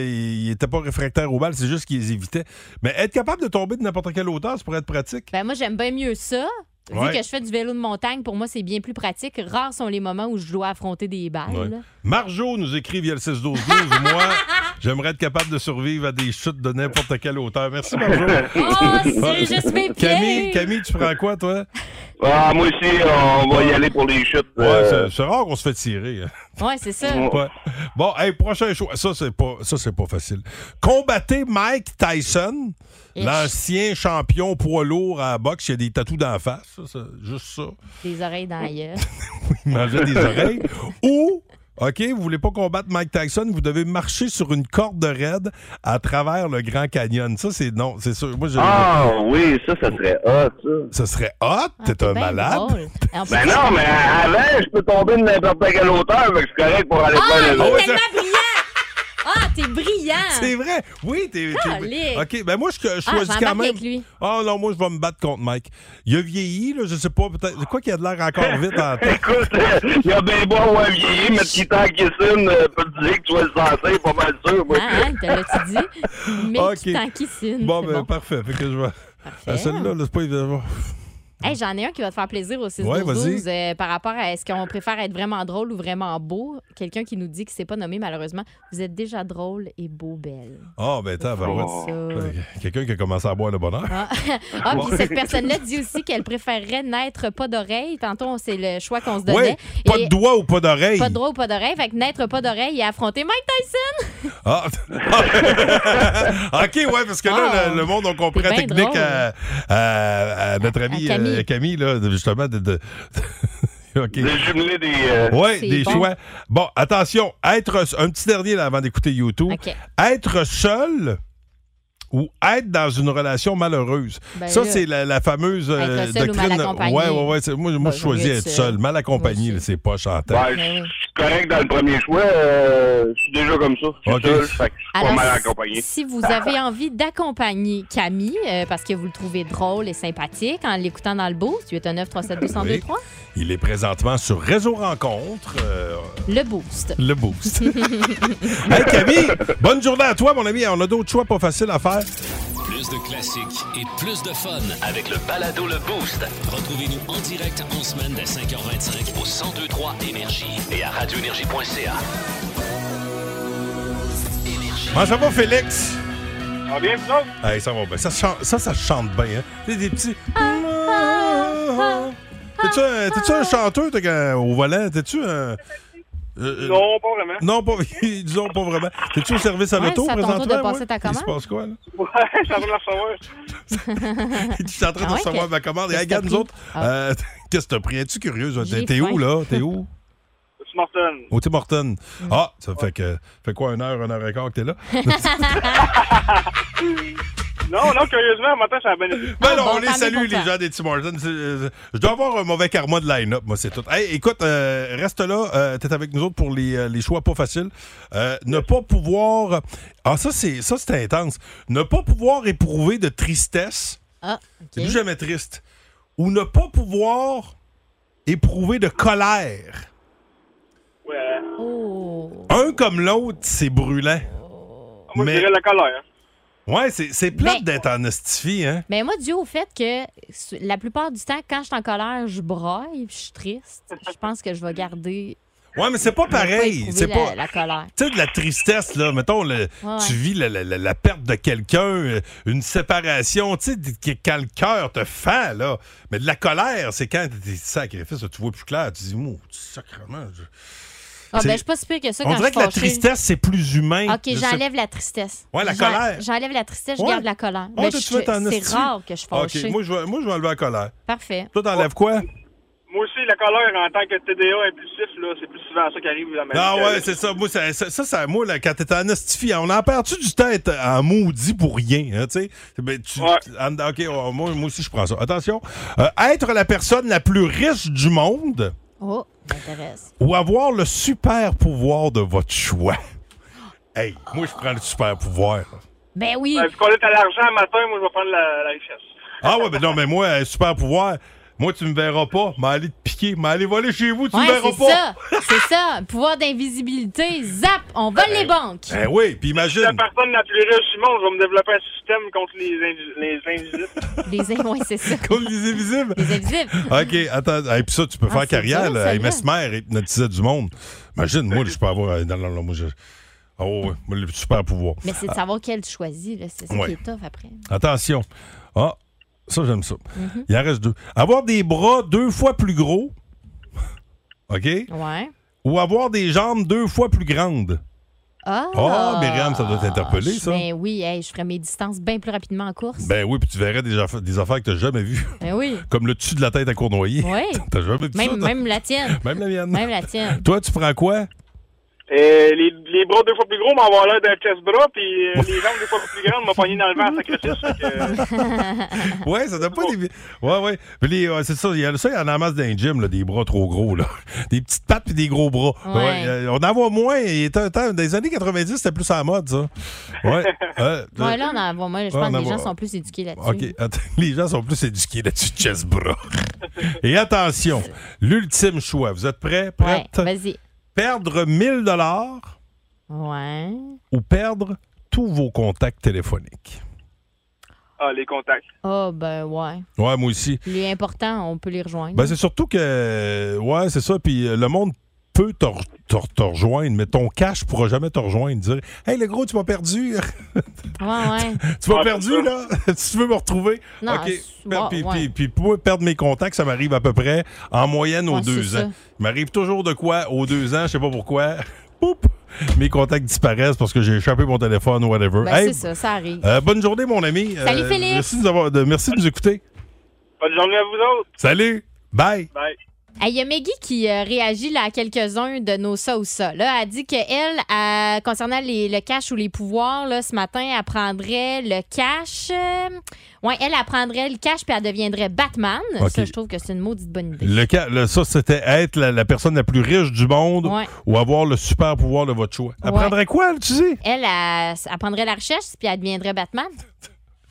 Speaker 3: il n'était pas réfractaire aux balles, c'est juste qu'ils les évitaient. Mais être capable de tomber de n'importe quelle hauteur, ça pourrait être pratique.
Speaker 4: Ben moi, j'aime bien mieux ça. Vu
Speaker 3: Ouais.
Speaker 4: que je fais du vélo de montagne, pour moi, c'est bien plus pratique. Rares sont les moments où je dois affronter des balles.
Speaker 3: Ouais.
Speaker 4: là.
Speaker 3: Marjo nous écrit via le 6 12 12 Moi, j'aimerais être capable de survivre à des chutes de n'importe quelle hauteur. Merci, Marjo.
Speaker 4: Oh, c'est juste mes pieds.
Speaker 3: Camille, Camille, tu prends quoi, toi?
Speaker 5: Ah, moi aussi, on va y aller pour les chutes.
Speaker 3: Ouais,
Speaker 5: euh,
Speaker 3: c'est- c'est rare qu'on se fait tirer. hein.
Speaker 4: Ouais, c'est ça.
Speaker 3: Ouais. Bon, hey, prochain choix. Ça, c'est pas, ça, c'est pas facile. Combattez Mike Tyson,
Speaker 4: Ish.
Speaker 3: l'ancien champion poids lourd à la boxe. Il y a des tatous d'en face. Ça, c'est juste ça.
Speaker 4: Des oreilles dans la gueule.
Speaker 3: Il mangeait des oreilles. Ou, OK, vous voulez pas combattre Mike Tyson, vous devez marcher sur une corde raide à travers le Grand Canyon. Ça, c'est non, c'est sûr. Moi, je-
Speaker 5: Ah, oui, ça, ça serait hot, ça.
Speaker 3: Ça serait hot, t'es
Speaker 5: Euh,
Speaker 3: un
Speaker 4: Ben,
Speaker 3: malade.
Speaker 4: drôle. Et en plus-
Speaker 5: Ben non, mais avant, je peux tomber de n'importe quelle hauteur, fait que c'est correct pour aller
Speaker 4: Ah,
Speaker 5: faire
Speaker 4: il
Speaker 5: les
Speaker 4: est
Speaker 5: autres.
Speaker 4: tellement brillant! Ah, t'es brillant!
Speaker 3: C'est vrai. Oui, t'es. t'es-
Speaker 4: Colique.
Speaker 3: OK, ben moi, je, je
Speaker 4: Ah,
Speaker 3: choisis
Speaker 4: j'embarque
Speaker 3: quand même.
Speaker 4: avec lui.
Speaker 3: Oh non, moi, je vais me battre contre Mike. Il a vieilli, là, je sais pas, peut-être. Quoi qu'il a de l'air encore vite en tête.
Speaker 5: Écoute, il y a bien beau avoir vieilli, mais qui t'en Kissin euh, peut te dire que tu vas le sentir, pas mal sûr. moi.
Speaker 4: Hein, hein, t'as l'as-tu dit? Mais
Speaker 3: Ok.
Speaker 4: qui t'en kissine.
Speaker 3: Bon,
Speaker 4: C'est
Speaker 3: ben, parfait. Fait que je vais.
Speaker 4: Parfait.
Speaker 3: Ah, Celle-là, là, c'est pas évident.
Speaker 4: Hey, J'en ai un qui va te faire plaisir au 6
Speaker 3: Ouais,
Speaker 4: 12 12
Speaker 3: vas-y.
Speaker 4: euh, par rapport à est-ce qu'on préfère être vraiment drôle ou vraiment beau. Quelqu'un qui nous dit qu'il s'est pas nommé, malheureusement. Vous êtes déjà drôle et beau, belle.
Speaker 3: Ah, ben, attends, Barouette.
Speaker 4: Ça.
Speaker 3: Euh, Quelqu'un qui a commencé à boire le bonheur.
Speaker 4: Ah, Ah, puis cette personne-là dit aussi qu'elle préférerait naître pas d'oreille. Tantôt, c'est le choix qu'on se
Speaker 3: Ouais,
Speaker 4: donnait.
Speaker 3: pas
Speaker 4: Et
Speaker 3: de doigt ou pas d'oreille.
Speaker 4: Pas de droit ou pas d'oreille. Fait que naître pas d'oreille et affronter Mike Tyson.
Speaker 3: Ah. OK, ouais, parce que là,
Speaker 4: Ah.
Speaker 3: le, le monde, on comprend
Speaker 4: C'est
Speaker 3: la
Speaker 4: bien
Speaker 3: technique
Speaker 4: drôle.
Speaker 3: à, à- à notre ami euh, Camille.
Speaker 4: Camille.
Speaker 3: là, de- justement, de. de- OK.
Speaker 5: De jumeler des. euh,
Speaker 3: Oui,
Speaker 4: C'est
Speaker 3: des
Speaker 4: bon.
Speaker 3: choix. Bon, attention, être un petit dernier là, avant d'écouter YouTube.
Speaker 4: OK.
Speaker 3: Être seul ou être dans une relation malheureuse.
Speaker 4: Ben
Speaker 3: ça,
Speaker 4: là.
Speaker 3: c'est la, la fameuse euh,
Speaker 4: Être seul ou mal accompagné.
Speaker 3: Ouais, ouais, ouais. c'est- Moi, moi
Speaker 4: Ben,
Speaker 3: je choisis
Speaker 4: j'aurais
Speaker 3: être
Speaker 4: dit,
Speaker 3: seul.
Speaker 4: euh,
Speaker 3: Mal accompagné,
Speaker 4: moi
Speaker 3: là,
Speaker 4: aussi.
Speaker 3: c'est pas chantant.
Speaker 5: ben, je suis correct dans le premier choix. euh, je suis déjà comme ça. Je suis
Speaker 3: Ok.
Speaker 5: seul, fait que je suis pas
Speaker 4: Alors,
Speaker 5: mal accompagné.
Speaker 4: Si vous avez envie d'accompagner Camille euh, parce que vous le trouvez drôle et sympathique en l'écoutant dans le boost, 819 372 1023
Speaker 3: Il est présentement sur Réseau Rencontre, euh,
Speaker 4: le boost.
Speaker 3: le Boost. hey Camille, bonne journée à toi, mon ami. On a d'autres choix pas faciles à faire.
Speaker 1: Plus de classiques et plus de fun.
Speaker 2: Avec le balado Le Boost
Speaker 1: Retrouvez-nous en direct en semaine dès 5h25
Speaker 2: au 1023 Énergie et à radioénergie.ca.
Speaker 3: Comment ça va, Félix?
Speaker 9: Ah, bien, vous autres?
Speaker 3: Hey, ça va bien. Ça, chante- ça, ça chante bien. Hein? Tu sais, des petits.
Speaker 4: Ah!
Speaker 3: T'es-tu un, t'es-tu un chanteur t'es qu'un- au volant? T'es-tu un. euh, euh,
Speaker 9: Non, pas vraiment.
Speaker 3: Non, pas, disons pas vraiment. T'es-tu au service à
Speaker 4: Ouais,
Speaker 3: l'auto
Speaker 4: c'est à ton tour de
Speaker 3: présentement?
Speaker 4: passer
Speaker 3: ouais?
Speaker 4: ta
Speaker 3: Il se
Speaker 4: commande.
Speaker 3: passe quoi, là?
Speaker 5: Eh,
Speaker 9: Ouais, ça va la savoir.
Speaker 3: Je suis en train
Speaker 4: Ah
Speaker 3: de
Speaker 4: ouais,
Speaker 3: recevoir
Speaker 4: que-
Speaker 3: ma commande. Et
Speaker 4: qu'est-ce que
Speaker 3: regarde,
Speaker 4: t'as
Speaker 3: nous autres,
Speaker 4: Ah.
Speaker 3: euh, qu'est-ce que t'as pris? Es-tu curieuse? là? T'es
Speaker 4: J'ai
Speaker 3: t'es où,
Speaker 4: faim.
Speaker 3: là? T'es où?
Speaker 9: C'est Morton.
Speaker 3: Au Tim Horton. Ah, ça fait que. Fait quoi, une heure, une heure et quart que t'es là?
Speaker 9: Non, non, curieusement, matin, ça a bien été.
Speaker 3: Ben
Speaker 4: Ah,
Speaker 3: non,
Speaker 4: bon,
Speaker 3: on les
Speaker 4: tant mieux
Speaker 3: salue,
Speaker 4: pour
Speaker 3: les
Speaker 4: toi.
Speaker 3: gens des Tim Hortons. C'est- euh, Je dois avoir un mauvais karma de line-up, moi, c'est tout. Hey, écoute, euh, reste là. euh, T'es avec nous autres pour les, euh, les choix pas faciles. Euh, ne pas pouvoir. Ah, ça, c'est ça, c'est intense. Ne pas pouvoir éprouver de tristesse.
Speaker 4: Ah,
Speaker 3: C'est
Speaker 4: OK.
Speaker 3: plus jamais triste. Ou ne pas pouvoir éprouver de colère.
Speaker 9: Ouais.
Speaker 4: Oh.
Speaker 3: Un comme l'autre, c'est brûlant.
Speaker 9: Ah, Moi,
Speaker 3: Mais-
Speaker 9: je dirais la colère.
Speaker 3: Ouais, c'est c'est plate
Speaker 4: Ben-
Speaker 3: d'être en estifie, hein?
Speaker 4: Mais moi, dû au fait que su- la plupart du temps, quand je suis en colère, je braille, je suis triste. Je pense que je vais garder
Speaker 3: Ouais, mais c'est pas
Speaker 4: je vais pas
Speaker 3: pareil.
Speaker 4: éprouver
Speaker 3: C'est
Speaker 4: la,
Speaker 3: pas.
Speaker 4: la colère.
Speaker 3: Tu sais, de la tristesse, là, mettons, le-
Speaker 4: Ouais,
Speaker 3: tu
Speaker 4: ouais.
Speaker 3: vis la, la- la- la perte de quelqu'un, euh, une séparation, tu sais, d- que- quand le cœur te fend, là. Mais de la colère, c'est quand t'es sacrifices, tu vois plus clair, tu dis, mou, sacrement, je-
Speaker 4: Ah,
Speaker 3: C'est-
Speaker 4: ben, je suis pas si pire que ça
Speaker 3: On
Speaker 4: quand je
Speaker 3: dirait
Speaker 4: suis
Speaker 3: que la
Speaker 4: fâchée.
Speaker 3: tristesse, c'est plus humain.
Speaker 4: OK,
Speaker 3: Je sais-
Speaker 4: j'enlève la tristesse.
Speaker 3: Ouais, la
Speaker 4: J'en-
Speaker 3: colère.
Speaker 4: J'enlève la tristesse, je
Speaker 3: Ouais.
Speaker 4: garde la colère.
Speaker 3: Ah,
Speaker 4: Mais
Speaker 3: toi,
Speaker 4: je-
Speaker 3: tu vas être en
Speaker 4: c'est
Speaker 3: esti.
Speaker 4: rare que je suis fâchée.
Speaker 3: OK, moi, je vais, moi, je vais enlever la colère.
Speaker 4: Parfait. Oh.
Speaker 3: Toi, t'enlèves quoi?
Speaker 10: Moi aussi, la colère en tant que TDA impulsif, là, c'est plus souvent ça qui arrive dans ma
Speaker 3: Ah
Speaker 10: vie.
Speaker 3: ouais, c'est ça. Moi, ça, ça, ça, ça- moi là, quand t'es en hostifie, on en perd-tu du temps à être en maudit pour rien? hein, tu sais? Ben, tu- en- OK, oh, moi, moi aussi, je prends ça. Attention. Euh, être la personne la plus riche du monde
Speaker 4: Oh, m'intéresse.
Speaker 3: ou avoir le super pouvoir de votre choix? Hey, moi, je prends le super pouvoir.
Speaker 4: Ben oui.
Speaker 10: Ben, vu qu'on est à l'argent matin, moi, je vais prendre la, la richesse.
Speaker 3: Ah ouais, mais non, mais moi, euh, super pouvoir, moi, tu me verras pas. M'aller te piquer, m'aller voler chez vous, tu
Speaker 4: Ouais,
Speaker 3: me verras
Speaker 4: c'est
Speaker 3: pas.
Speaker 4: ça. C'est ça. Pouvoir d'invisibilité. Zap, on vole les banques.
Speaker 3: Eh oui, puis imagine.
Speaker 10: La personne la plus riche du monde, je vais me développer un système contre les, invi- les invisibles.
Speaker 4: Les in- ouais, c'est ça.
Speaker 3: Comme les invisibles.
Speaker 4: Les invisibles.
Speaker 3: OK, attends. Et puis ça, tu peux
Speaker 4: Ah,
Speaker 3: faire
Speaker 4: c'est
Speaker 3: carrière.
Speaker 4: dur,
Speaker 3: Là. Hey,
Speaker 4: celle-là.
Speaker 3: Mesmer hypnotisait du monde. Imagine, moi, je peux avoir. euh, Non, non, non, moi, je. Oh, ouais, moi, le super pouvoir.
Speaker 4: Mais c'est de savoir quel tu choisis. là. C'est ça
Speaker 3: Ah. Ouais.
Speaker 4: qui est tough après.
Speaker 3: Ah, Attention. Ah, ça, j'aime ça.
Speaker 4: Mhm.
Speaker 3: Il en reste deux. Avoir des bras deux fois plus gros. OK?
Speaker 4: Ouais.
Speaker 3: Ou avoir des jambes deux fois plus grandes.
Speaker 4: Ah,
Speaker 3: Ah, Myriam, ça doit t'interpeller,
Speaker 4: je-
Speaker 3: ça.
Speaker 4: Ben oui, hey, je ferais mes distances bien plus rapidement en course.
Speaker 3: Ben oui, puis tu verrais des, affa- des affaires que t'as jamais vues.
Speaker 4: Ben oui.
Speaker 3: Comme le dessus de la tête à Cournoyer.
Speaker 4: Ouais.
Speaker 3: T'as jamais vu ça?
Speaker 4: Même,
Speaker 3: toi?
Speaker 4: même la tienne.
Speaker 3: Même la mienne.
Speaker 4: Même la tienne.
Speaker 3: Toi, tu prends quoi?
Speaker 10: Et les, les bras deux fois plus gros m'ont avoir l'air d'un chest bras, puis euh, les jambes deux fois plus grandes m'ont pogné dans le vent à sacrifice. fait
Speaker 3: Euh.
Speaker 10: que-
Speaker 3: Ouais, ça donne pas des. Ouais, ouais. Puis les, ouais, c'est ça, il y a ça, il y en a en masse dans les gyms, là, des bras trop gros, là. Des petites pattes puis des gros bras.
Speaker 4: Ouais.
Speaker 3: euh, on en voit moins. Il était un temps, dans les années 90, c'était plus à la mode, ça. Ouais. euh,
Speaker 4: Ouais, là, on en voit moins. Je
Speaker 3: Ouais,
Speaker 4: pense
Speaker 3: Ah, on
Speaker 4: que
Speaker 3: en
Speaker 4: les gens
Speaker 3: voit-
Speaker 4: sont plus éduqués là-dessus.
Speaker 3: OK. Attends, les gens sont plus éduqués là-dessus, chest bras. Et attention, l'ultime choix. Vous êtes prêts?
Speaker 4: Ouais,
Speaker 3: Prête?
Speaker 4: vas-y.
Speaker 3: Perdre 1000 dollars
Speaker 4: Ouais.
Speaker 3: ou perdre tous vos contacts téléphoniques?
Speaker 10: ah, les contacts.
Speaker 4: Ah, ben ouais.
Speaker 3: Ouais, moi aussi.
Speaker 4: Les importants, on peut les rejoindre.
Speaker 3: Ben, c'est surtout que. Ouais, c'est ça. Puis euh, le monde peut te, re- te re- te rejoindre, mais ton cash pourra jamais te rejoindre. Dire Hey, le gros, tu m'as perdu.
Speaker 4: Ouais, ouais.
Speaker 3: tu m'as perdu, là. si tu veux me retrouver.
Speaker 4: Non,
Speaker 3: OK.
Speaker 4: c'est-
Speaker 3: Per-
Speaker 4: ouais,
Speaker 3: Puis,
Speaker 4: ouais.
Speaker 3: puis- puis pour moi, perdre mes contacts, ça m'arrive à peu près en moyenne aux
Speaker 4: Ouais,
Speaker 3: deux
Speaker 4: c'est ça.
Speaker 3: ans. Il m'arrive toujours de quoi aux deux ans, je sais pas pourquoi. Oup! Mes contacts disparaissent parce que j'ai échappé mon téléphone ou whatever.
Speaker 4: Ben,
Speaker 3: Hey,
Speaker 4: c'est ça, ça arrive.
Speaker 3: euh, bonne journée, mon ami. Euh,
Speaker 4: Salut, Félix.
Speaker 3: Merci de nous, avoir- de- merci de nous écouter.
Speaker 10: Bonne journée à vous autres.
Speaker 3: Salut. Bye.
Speaker 10: Bye.
Speaker 4: Il y a Maggie qui euh, réagit là, à quelques-uns de nos ça ou ça. Là, elle dit qu'elle, concernant les- le cash ou les pouvoirs, là, ce matin, elle prendrait le cash. euh, ouais, elle, elle prendrait le cash puis elle deviendrait Batman.
Speaker 3: Ok.
Speaker 4: Ça, je trouve que c'est une maudite bonne idée.
Speaker 3: Le ca- le- ça, c'était être la, la personne la plus riche du monde
Speaker 4: Ouais.
Speaker 3: ou avoir le super pouvoir de votre choix. Elle
Speaker 4: Ouais.
Speaker 3: prendrait quoi, tu sais?
Speaker 4: Elle, elle, elle prendrait la recherche puis elle deviendrait Batman.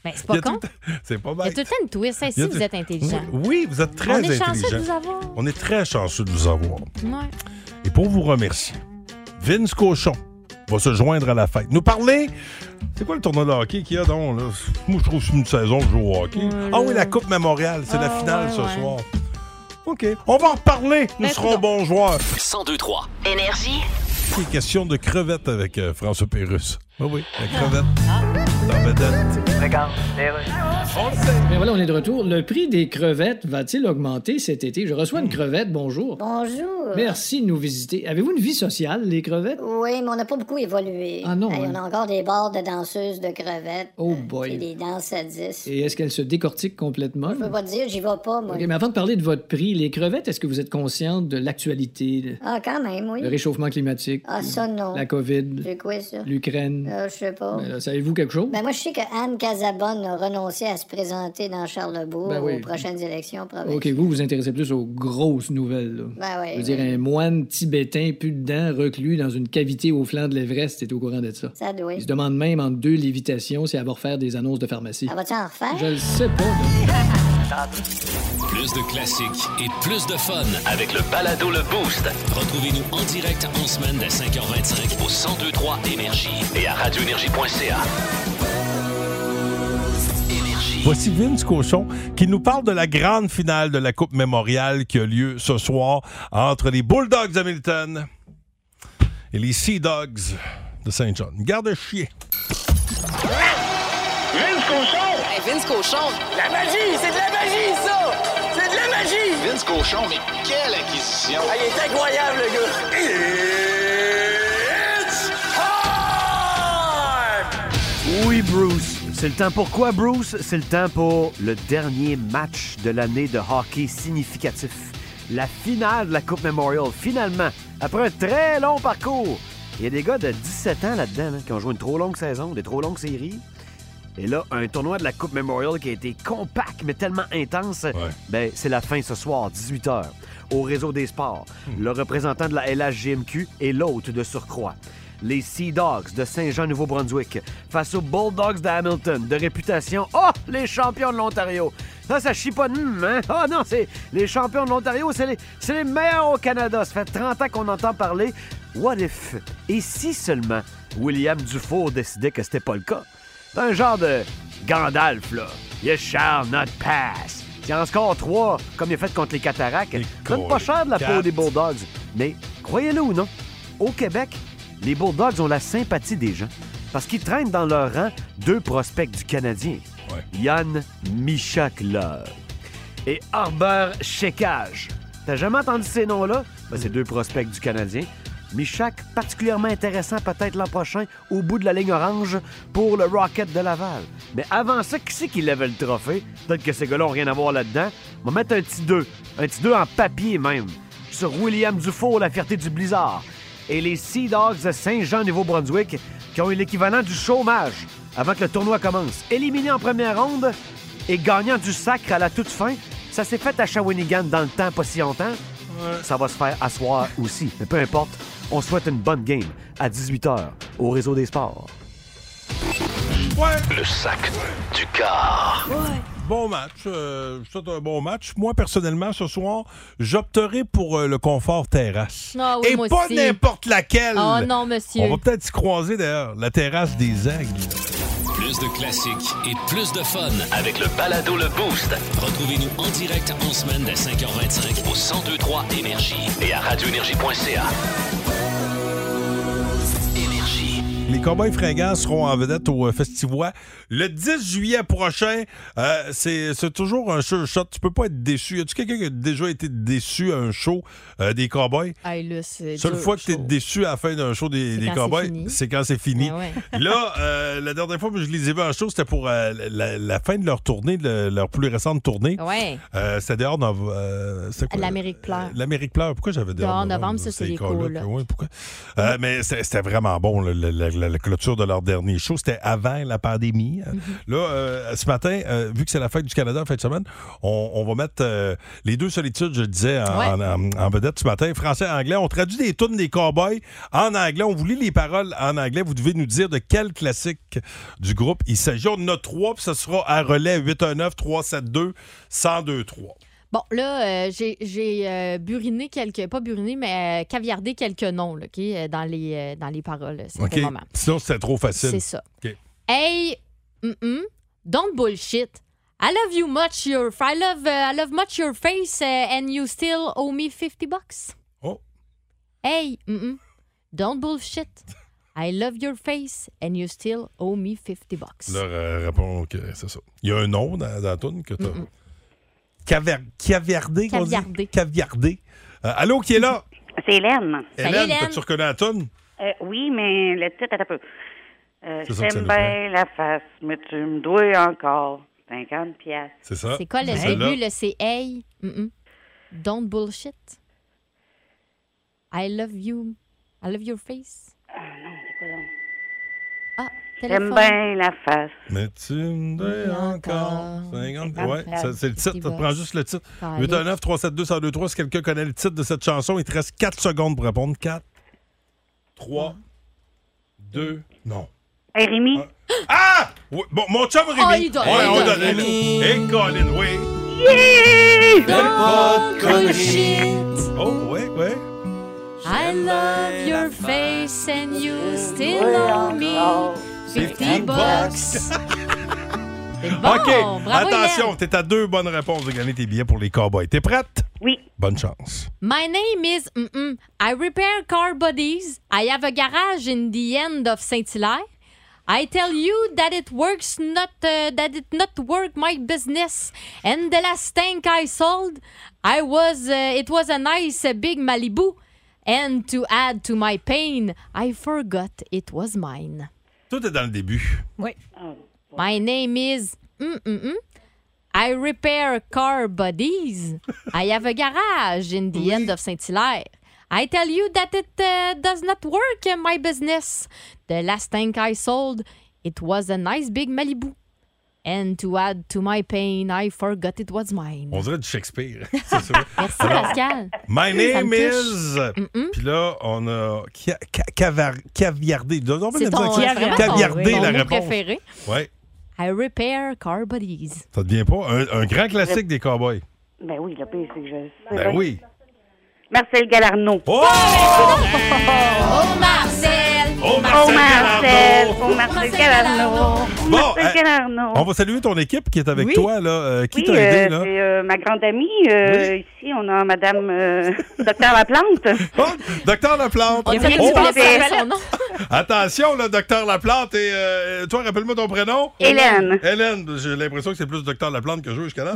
Speaker 4: Ben, c'est
Speaker 3: Il y
Speaker 4: pas
Speaker 3: a tout
Speaker 4: con.
Speaker 3: le temps- C'est pas
Speaker 4: Il y a
Speaker 3: mal.
Speaker 4: tout le temps une twist, hein,
Speaker 3: Il y
Speaker 4: si
Speaker 3: a
Speaker 4: vous
Speaker 3: tout-
Speaker 4: êtes intelligent.
Speaker 3: Oui, oui, vous êtes très
Speaker 4: On est
Speaker 3: intelligent.
Speaker 4: chanceux de vous avoir.
Speaker 3: On est très chanceux de vous avoir.
Speaker 4: Ouais.
Speaker 3: Et pour vous remercier, Vince Cochon va se joindre à la fête. Nous parler. C'est quoi le tournoi de hockey qu'il y a donc? Là? Moi, je trouve que c'est une saison de jouer au hockey.
Speaker 4: Ouais,
Speaker 3: Ah oui,
Speaker 4: là.
Speaker 3: la Coupe Mémoriale, c'est la
Speaker 4: Ah,
Speaker 3: finale
Speaker 4: ouais,
Speaker 3: ce
Speaker 4: ouais.
Speaker 3: soir. OK. On va en reparler. Nous
Speaker 2: Ben,
Speaker 3: serons bons joueurs.
Speaker 2: 102-3.
Speaker 11: Énergie.
Speaker 3: C'est question de crevettes avec euh, François Pérusse. Oui, oui, la crevette. La vedette.
Speaker 6: Regarde, Mais voilà, on est de retour. Le prix des crevettes va-t-il augmenter cet été? Je reçois une crevette, bonjour.
Speaker 11: Bonjour.
Speaker 6: Merci de nous visiter. Avez-vous une vie sociale, les crevettes?
Speaker 11: Oui, mais on n'a pas beaucoup évolué.
Speaker 6: Ah non,
Speaker 11: Hey,
Speaker 6: hein.
Speaker 11: On a encore des bars de danseuses de crevettes.
Speaker 6: Oh
Speaker 11: Et
Speaker 6: boy.
Speaker 11: des danses à 10.
Speaker 6: Et est-ce qu'elles se décortiquent complètement?
Speaker 11: Je peux pas te dire, j'y vais pas, moi.
Speaker 6: OK, mais avant de parler de votre prix, les crevettes, est-ce que vous êtes consciente de l'actualité, le,
Speaker 11: Ah, quand même, oui.
Speaker 6: le réchauffement climatique,
Speaker 11: Ah, ça, non.
Speaker 6: la COVID,
Speaker 11: C'est quoi, ça?
Speaker 6: l'Ukraine?
Speaker 11: Euh, je sais pas.
Speaker 6: Ben là, Savez-vous quelque chose?
Speaker 11: Ben, moi, je sais que Anne Casabonne a renoncé à se présenter dans Charlebourg
Speaker 6: Ben oui.
Speaker 11: aux prochaines élections provinciales.
Speaker 6: OK, vous vous intéressez plus aux grosses nouvelles. là.
Speaker 11: Ben oui,
Speaker 6: Je veux dire,
Speaker 11: oui.
Speaker 6: un moine tibétain, plus de dents, reclus dans une cavité au flanc de l'Everest, t'es au courant de ça.
Speaker 11: Ça doit.
Speaker 6: Il se demande même en deux lévitations si elle va refaire des annonces de pharmacie.
Speaker 11: Elle va-tu en refaire?
Speaker 6: Je le sais pas. là.
Speaker 2: Plus de classiques et plus de fun avec le balado Le Boost. Retrouvez-nous en direct en semaine dès 5h25 au 1023 Énergie et à radioénergie.ca.
Speaker 3: Voici Vince Cochon qui nous parle de la grande finale de la Coupe Mémoriale qui a lieu ce soir entre les Bulldogs de Milton et les Sea Dogs de Saint John. Garde de chien.
Speaker 12: Vince Cochon! Vince Cochon! La magie! C'est de la magie, ça! C'est Ah, de la magie! Vince Cochon, mais quelle acquisition! il est incroyable, le gars!
Speaker 13: Oui, Bruce. C'est le temps pour quoi, Bruce? C'est le temps pour le dernier match de l'année de hockey significatif. La finale de la Coupe Memorial, finalement, après un très long parcours. Il y a des gars de 17 ans là-dedans là, qui ont joué une trop longue saison, des trop longues séries. Et là, un tournoi de la Coupe Memorial qui a été compact, mais tellement intense, ben, c'est la fin ce soir, 18h, au Réseau des sports. Le représentant de la LHGMQ et l'hôte de surcroît. Les Sea Dogs de Saint-Jean-Nouveau-Brunswick face aux Bulldogs de Hamilton, de réputation, oh, les champions de l'Ontario. Ça, ça chie pas de hum, hein? Ah non, c'est les champions de l'Ontario, c'est les, c'est les meilleurs au Canada. Ça fait 30 ans qu'on entend parler. What if? Et si seulement William Dufour décidait que c'était pas le cas? C'est un genre de Gandalf, là. You shall not pass. Il y en score trois, comme il a fait contre les Cataractes. Donne pas cher de la peau
Speaker 14: quatre.
Speaker 13: des Bulldogs. Mais croyez-le ou non, au Québec, les Bulldogs ont la sympathie des gens parce qu'ils traînent dans leur rang deux prospects du Canadien. Yann Michakla et Harbert Checkage. T'as jamais entendu ces noms-là? Ben, c'est deux prospects du Canadien. Michak, particulièrement intéressant peut-être l'an prochain au bout de la ligne orange pour le Rocket de Laval. Mais avant ça, qui c'est qui lève le trophée? Peut-être que ces gars-là n'ont rien à voir là-dedans. On va mettre un petit 2, un petit 2 en papier même, sur William Dufour, la fierté du blizzard. Et les Sea Dogs de Saint-Jean-Nouveau-Brunswick qui ont eu l'équivalent du chômage avant que le tournoi commence. Éliminés en première ronde, et gagnant du sacre à la toute fin, ça s'est fait à Shawinigan dans le temps pas si longtemps. Ça va se faire à soir aussi. Mais peu importe, on souhaite une bonne game à 18h au Réseau des Sports.
Speaker 2: Le sac du car.
Speaker 3: Bon match. euh, je souhaite un bon match. Moi, personnellement, ce soir, j'opterai pour euh, le confort terrasse.
Speaker 4: Ah oui,
Speaker 3: Et
Speaker 4: moi
Speaker 3: pas
Speaker 4: aussi.
Speaker 3: n'importe laquelle.
Speaker 4: Oh non, monsieur.
Speaker 3: On va peut-être s'y croiser d'ailleurs. La terrasse des aigles.
Speaker 2: Plus de classiques et plus de fun avec le balado Le Boost. Retrouvez-nous en direct en semaine dès 5h25 au 1023 Énergie et à radioénergie.ca.
Speaker 3: Les Cowboys fringants seront en vedette au euh, Festivois le 10 juillet prochain. Euh, c'est c'est toujours un sure shot. Tu peux pas être déçu. Y a-tu quelqu'un qui a déjà été déçu à un show euh, des Cowboys?
Speaker 4: Hey, là, c'est
Speaker 3: Seule
Speaker 4: dur,
Speaker 3: fois que
Speaker 4: je
Speaker 3: tu es
Speaker 4: trouve.
Speaker 3: déçu à la fin d'un show des, des
Speaker 4: quand c'est
Speaker 3: Cowboys,
Speaker 4: fini.
Speaker 3: c'est quand c'est fini.
Speaker 4: Ben ouais.
Speaker 3: Là, euh, la dernière fois que je les ai vus en show, c'était pour euh, la, la fin de leur tournée, de leur plus récente tournée.
Speaker 4: Ouais.
Speaker 3: Euh, c'était dehors dans. euh, c'était quoi?
Speaker 4: L'Amérique pleure.
Speaker 3: L'Amérique pleure. Pourquoi j'avais ah, dehors?
Speaker 4: Dehors novembre, ça, c'est les Mm.
Speaker 3: cons-là,
Speaker 4: cons-là.
Speaker 3: que- ouais, pourquoi? Euh, mais c'est- c'était vraiment bon, là, la, la- la- la clôture de leur dernier show. C'était avant la pandémie.
Speaker 4: Mm-hmm.
Speaker 3: Là, euh, ce matin, euh, vu que c'est la fête du Canada en fin de semaine, on, on va mettre euh, les deux solitudes, je le disais, en,
Speaker 15: Ouais.
Speaker 3: en- en vedette ce matin, français et anglais. On traduit des tunes des cowboys en anglais. On vous lit les paroles en anglais. Vous devez nous dire de quel classique du groupe il s'agit. On en a trois, puis ce sera à relais 819-372-1023.
Speaker 4: Bon, là, euh, j'ai- j'ai euh, buriné quelques, pas buriné, mais euh, caviardé quelques noms là, OK, euh, dans, les, euh, dans les paroles. C'est
Speaker 3: OK?
Speaker 4: moment.
Speaker 3: Sinon, c'était trop facile.
Speaker 4: C'est ça.
Speaker 3: OK.
Speaker 4: Hey, mm-mm, don't bullshit. I love you much, your I love, uh, I love much your face, uh, and you still owe me 50 bucks.
Speaker 3: Oh.
Speaker 4: Hey, mm-mm, don't bullshit. I love your face, and you still owe me 50 bucks.
Speaker 3: Leur euh, répond que c'est ça. Il y a un nom dans, dans la toune que t'as. Caver- caviardé, qu'on dit?
Speaker 16: Caviardé.
Speaker 3: Caviardé. Euh, allô, qui est là?
Speaker 16: C'est Hélène.
Speaker 3: Hélène, tu reconnais la toune?
Speaker 16: Euh, oui, mais le titre, attends un peu. Euh,
Speaker 3: C'est ça que ça
Speaker 16: J'aime
Speaker 3: nous
Speaker 16: bien la face, mais tu me dois encore 50 piastres.
Speaker 3: C'est ça.
Speaker 4: C'est quoi le
Speaker 3: Celle-là.
Speaker 4: début? là? C'est Hey, mm-mm, don't bullshit. I love you. I love your face. Ah,
Speaker 16: J'aime
Speaker 4: téléphone.
Speaker 16: bien la face.
Speaker 3: Mais tu me dis encore 50. Ouais, ça, c'est le titre. Tu prends juste le titre.
Speaker 16: Allez.
Speaker 3: 819 372 1023 Si quelqu'un connaît le titre de cette chanson, il te reste 4 secondes pour répondre. 4, 3, 2, non.
Speaker 16: Hey, Rémi.
Speaker 3: Ah! Oui, bon, mon chum Rémi.
Speaker 16: Ah, il donne-
Speaker 3: Ouais,
Speaker 16: il
Speaker 3: on
Speaker 16: donne.
Speaker 3: donne. Et Eh, Colin, oui.
Speaker 16: Yeah!
Speaker 3: Pas de conneries. Oh, ouais, ouais.
Speaker 4: I
Speaker 3: ben,
Speaker 4: love your face and you still know me. 50 bucks. bon,
Speaker 3: OK,
Speaker 4: bravo,
Speaker 3: attention,
Speaker 4: Hélène.
Speaker 3: t'es à deux bonnes réponses de gagner tes billets pour les Cowboys. T'es prête?
Speaker 16: Oui.
Speaker 3: Bonne chance.
Speaker 4: My name is mm-mm. I repair car bodies. I have a garage in the end of Saint-Hilaire. I tell you that it works not uh, that it not work my business. And the last tank I sold, I was uh, it was a nice uh, big Malibu. And to add to my pain, I forgot it was mine.
Speaker 3: Tout est dans le début.
Speaker 8: Oui.
Speaker 16: Ah,
Speaker 4: My name is. mm, mm, mm. I repair car bodies. I have a garage in the end of Saint-Hilaire. I tell you that it uh, does not work in my business. The last tank I sold, it was a nice big Malibu. And to add to my pain, I forgot it was mine.
Speaker 3: On dirait du Shakespeare. C'est ça.
Speaker 4: Merci,
Speaker 3: Alors,
Speaker 4: Pascal.
Speaker 3: My
Speaker 4: Ça
Speaker 3: name
Speaker 4: me touche.
Speaker 3: is. Puis là, on a ca- ca- cavar- caviardé. On peut
Speaker 4: C'est
Speaker 3: le
Speaker 4: ton,
Speaker 3: dire,
Speaker 4: vraiment ton-
Speaker 3: caviardé
Speaker 4: ton
Speaker 3: la
Speaker 4: mot
Speaker 3: réponse.
Speaker 4: préféré.
Speaker 3: Ouais.
Speaker 4: I repair car bodies.
Speaker 3: Ça devient pas un, un grand classique des cowboys.
Speaker 16: Ben oui, le pire, c'est que je le sais.
Speaker 3: Ben oui.
Speaker 16: Marcel Galarno.
Speaker 3: Oh!
Speaker 4: Oh, Marcel!
Speaker 16: Oh,
Speaker 3: Marcel
Speaker 16: Marcel!
Speaker 3: Galarno!
Speaker 16: Oh, Marcel Galarno!
Speaker 3: Bon,
Speaker 16: Marcel
Speaker 3: euh,
Speaker 16: Galarno!
Speaker 3: On va saluer ton équipe qui est avec
Speaker 16: Oui.
Speaker 3: toi. Là. Euh, qui
Speaker 16: Oui,
Speaker 3: t'a
Speaker 16: euh,
Speaker 3: aidé? Là?
Speaker 16: c'est euh, ma grande amie. euh, Ici, on a Madame euh, Docteur Laplante.
Speaker 3: Oh! Docteur Laplante. Oh!
Speaker 16: On dirait que tu penses à son nom.
Speaker 3: Attention, le docteur Laplante. Et, euh, toi, rappelle-moi ton prénom.
Speaker 16: Hélène.
Speaker 3: Hélène, j'ai l'impression que c'est plus docteur Laplante que je jusqu'à là.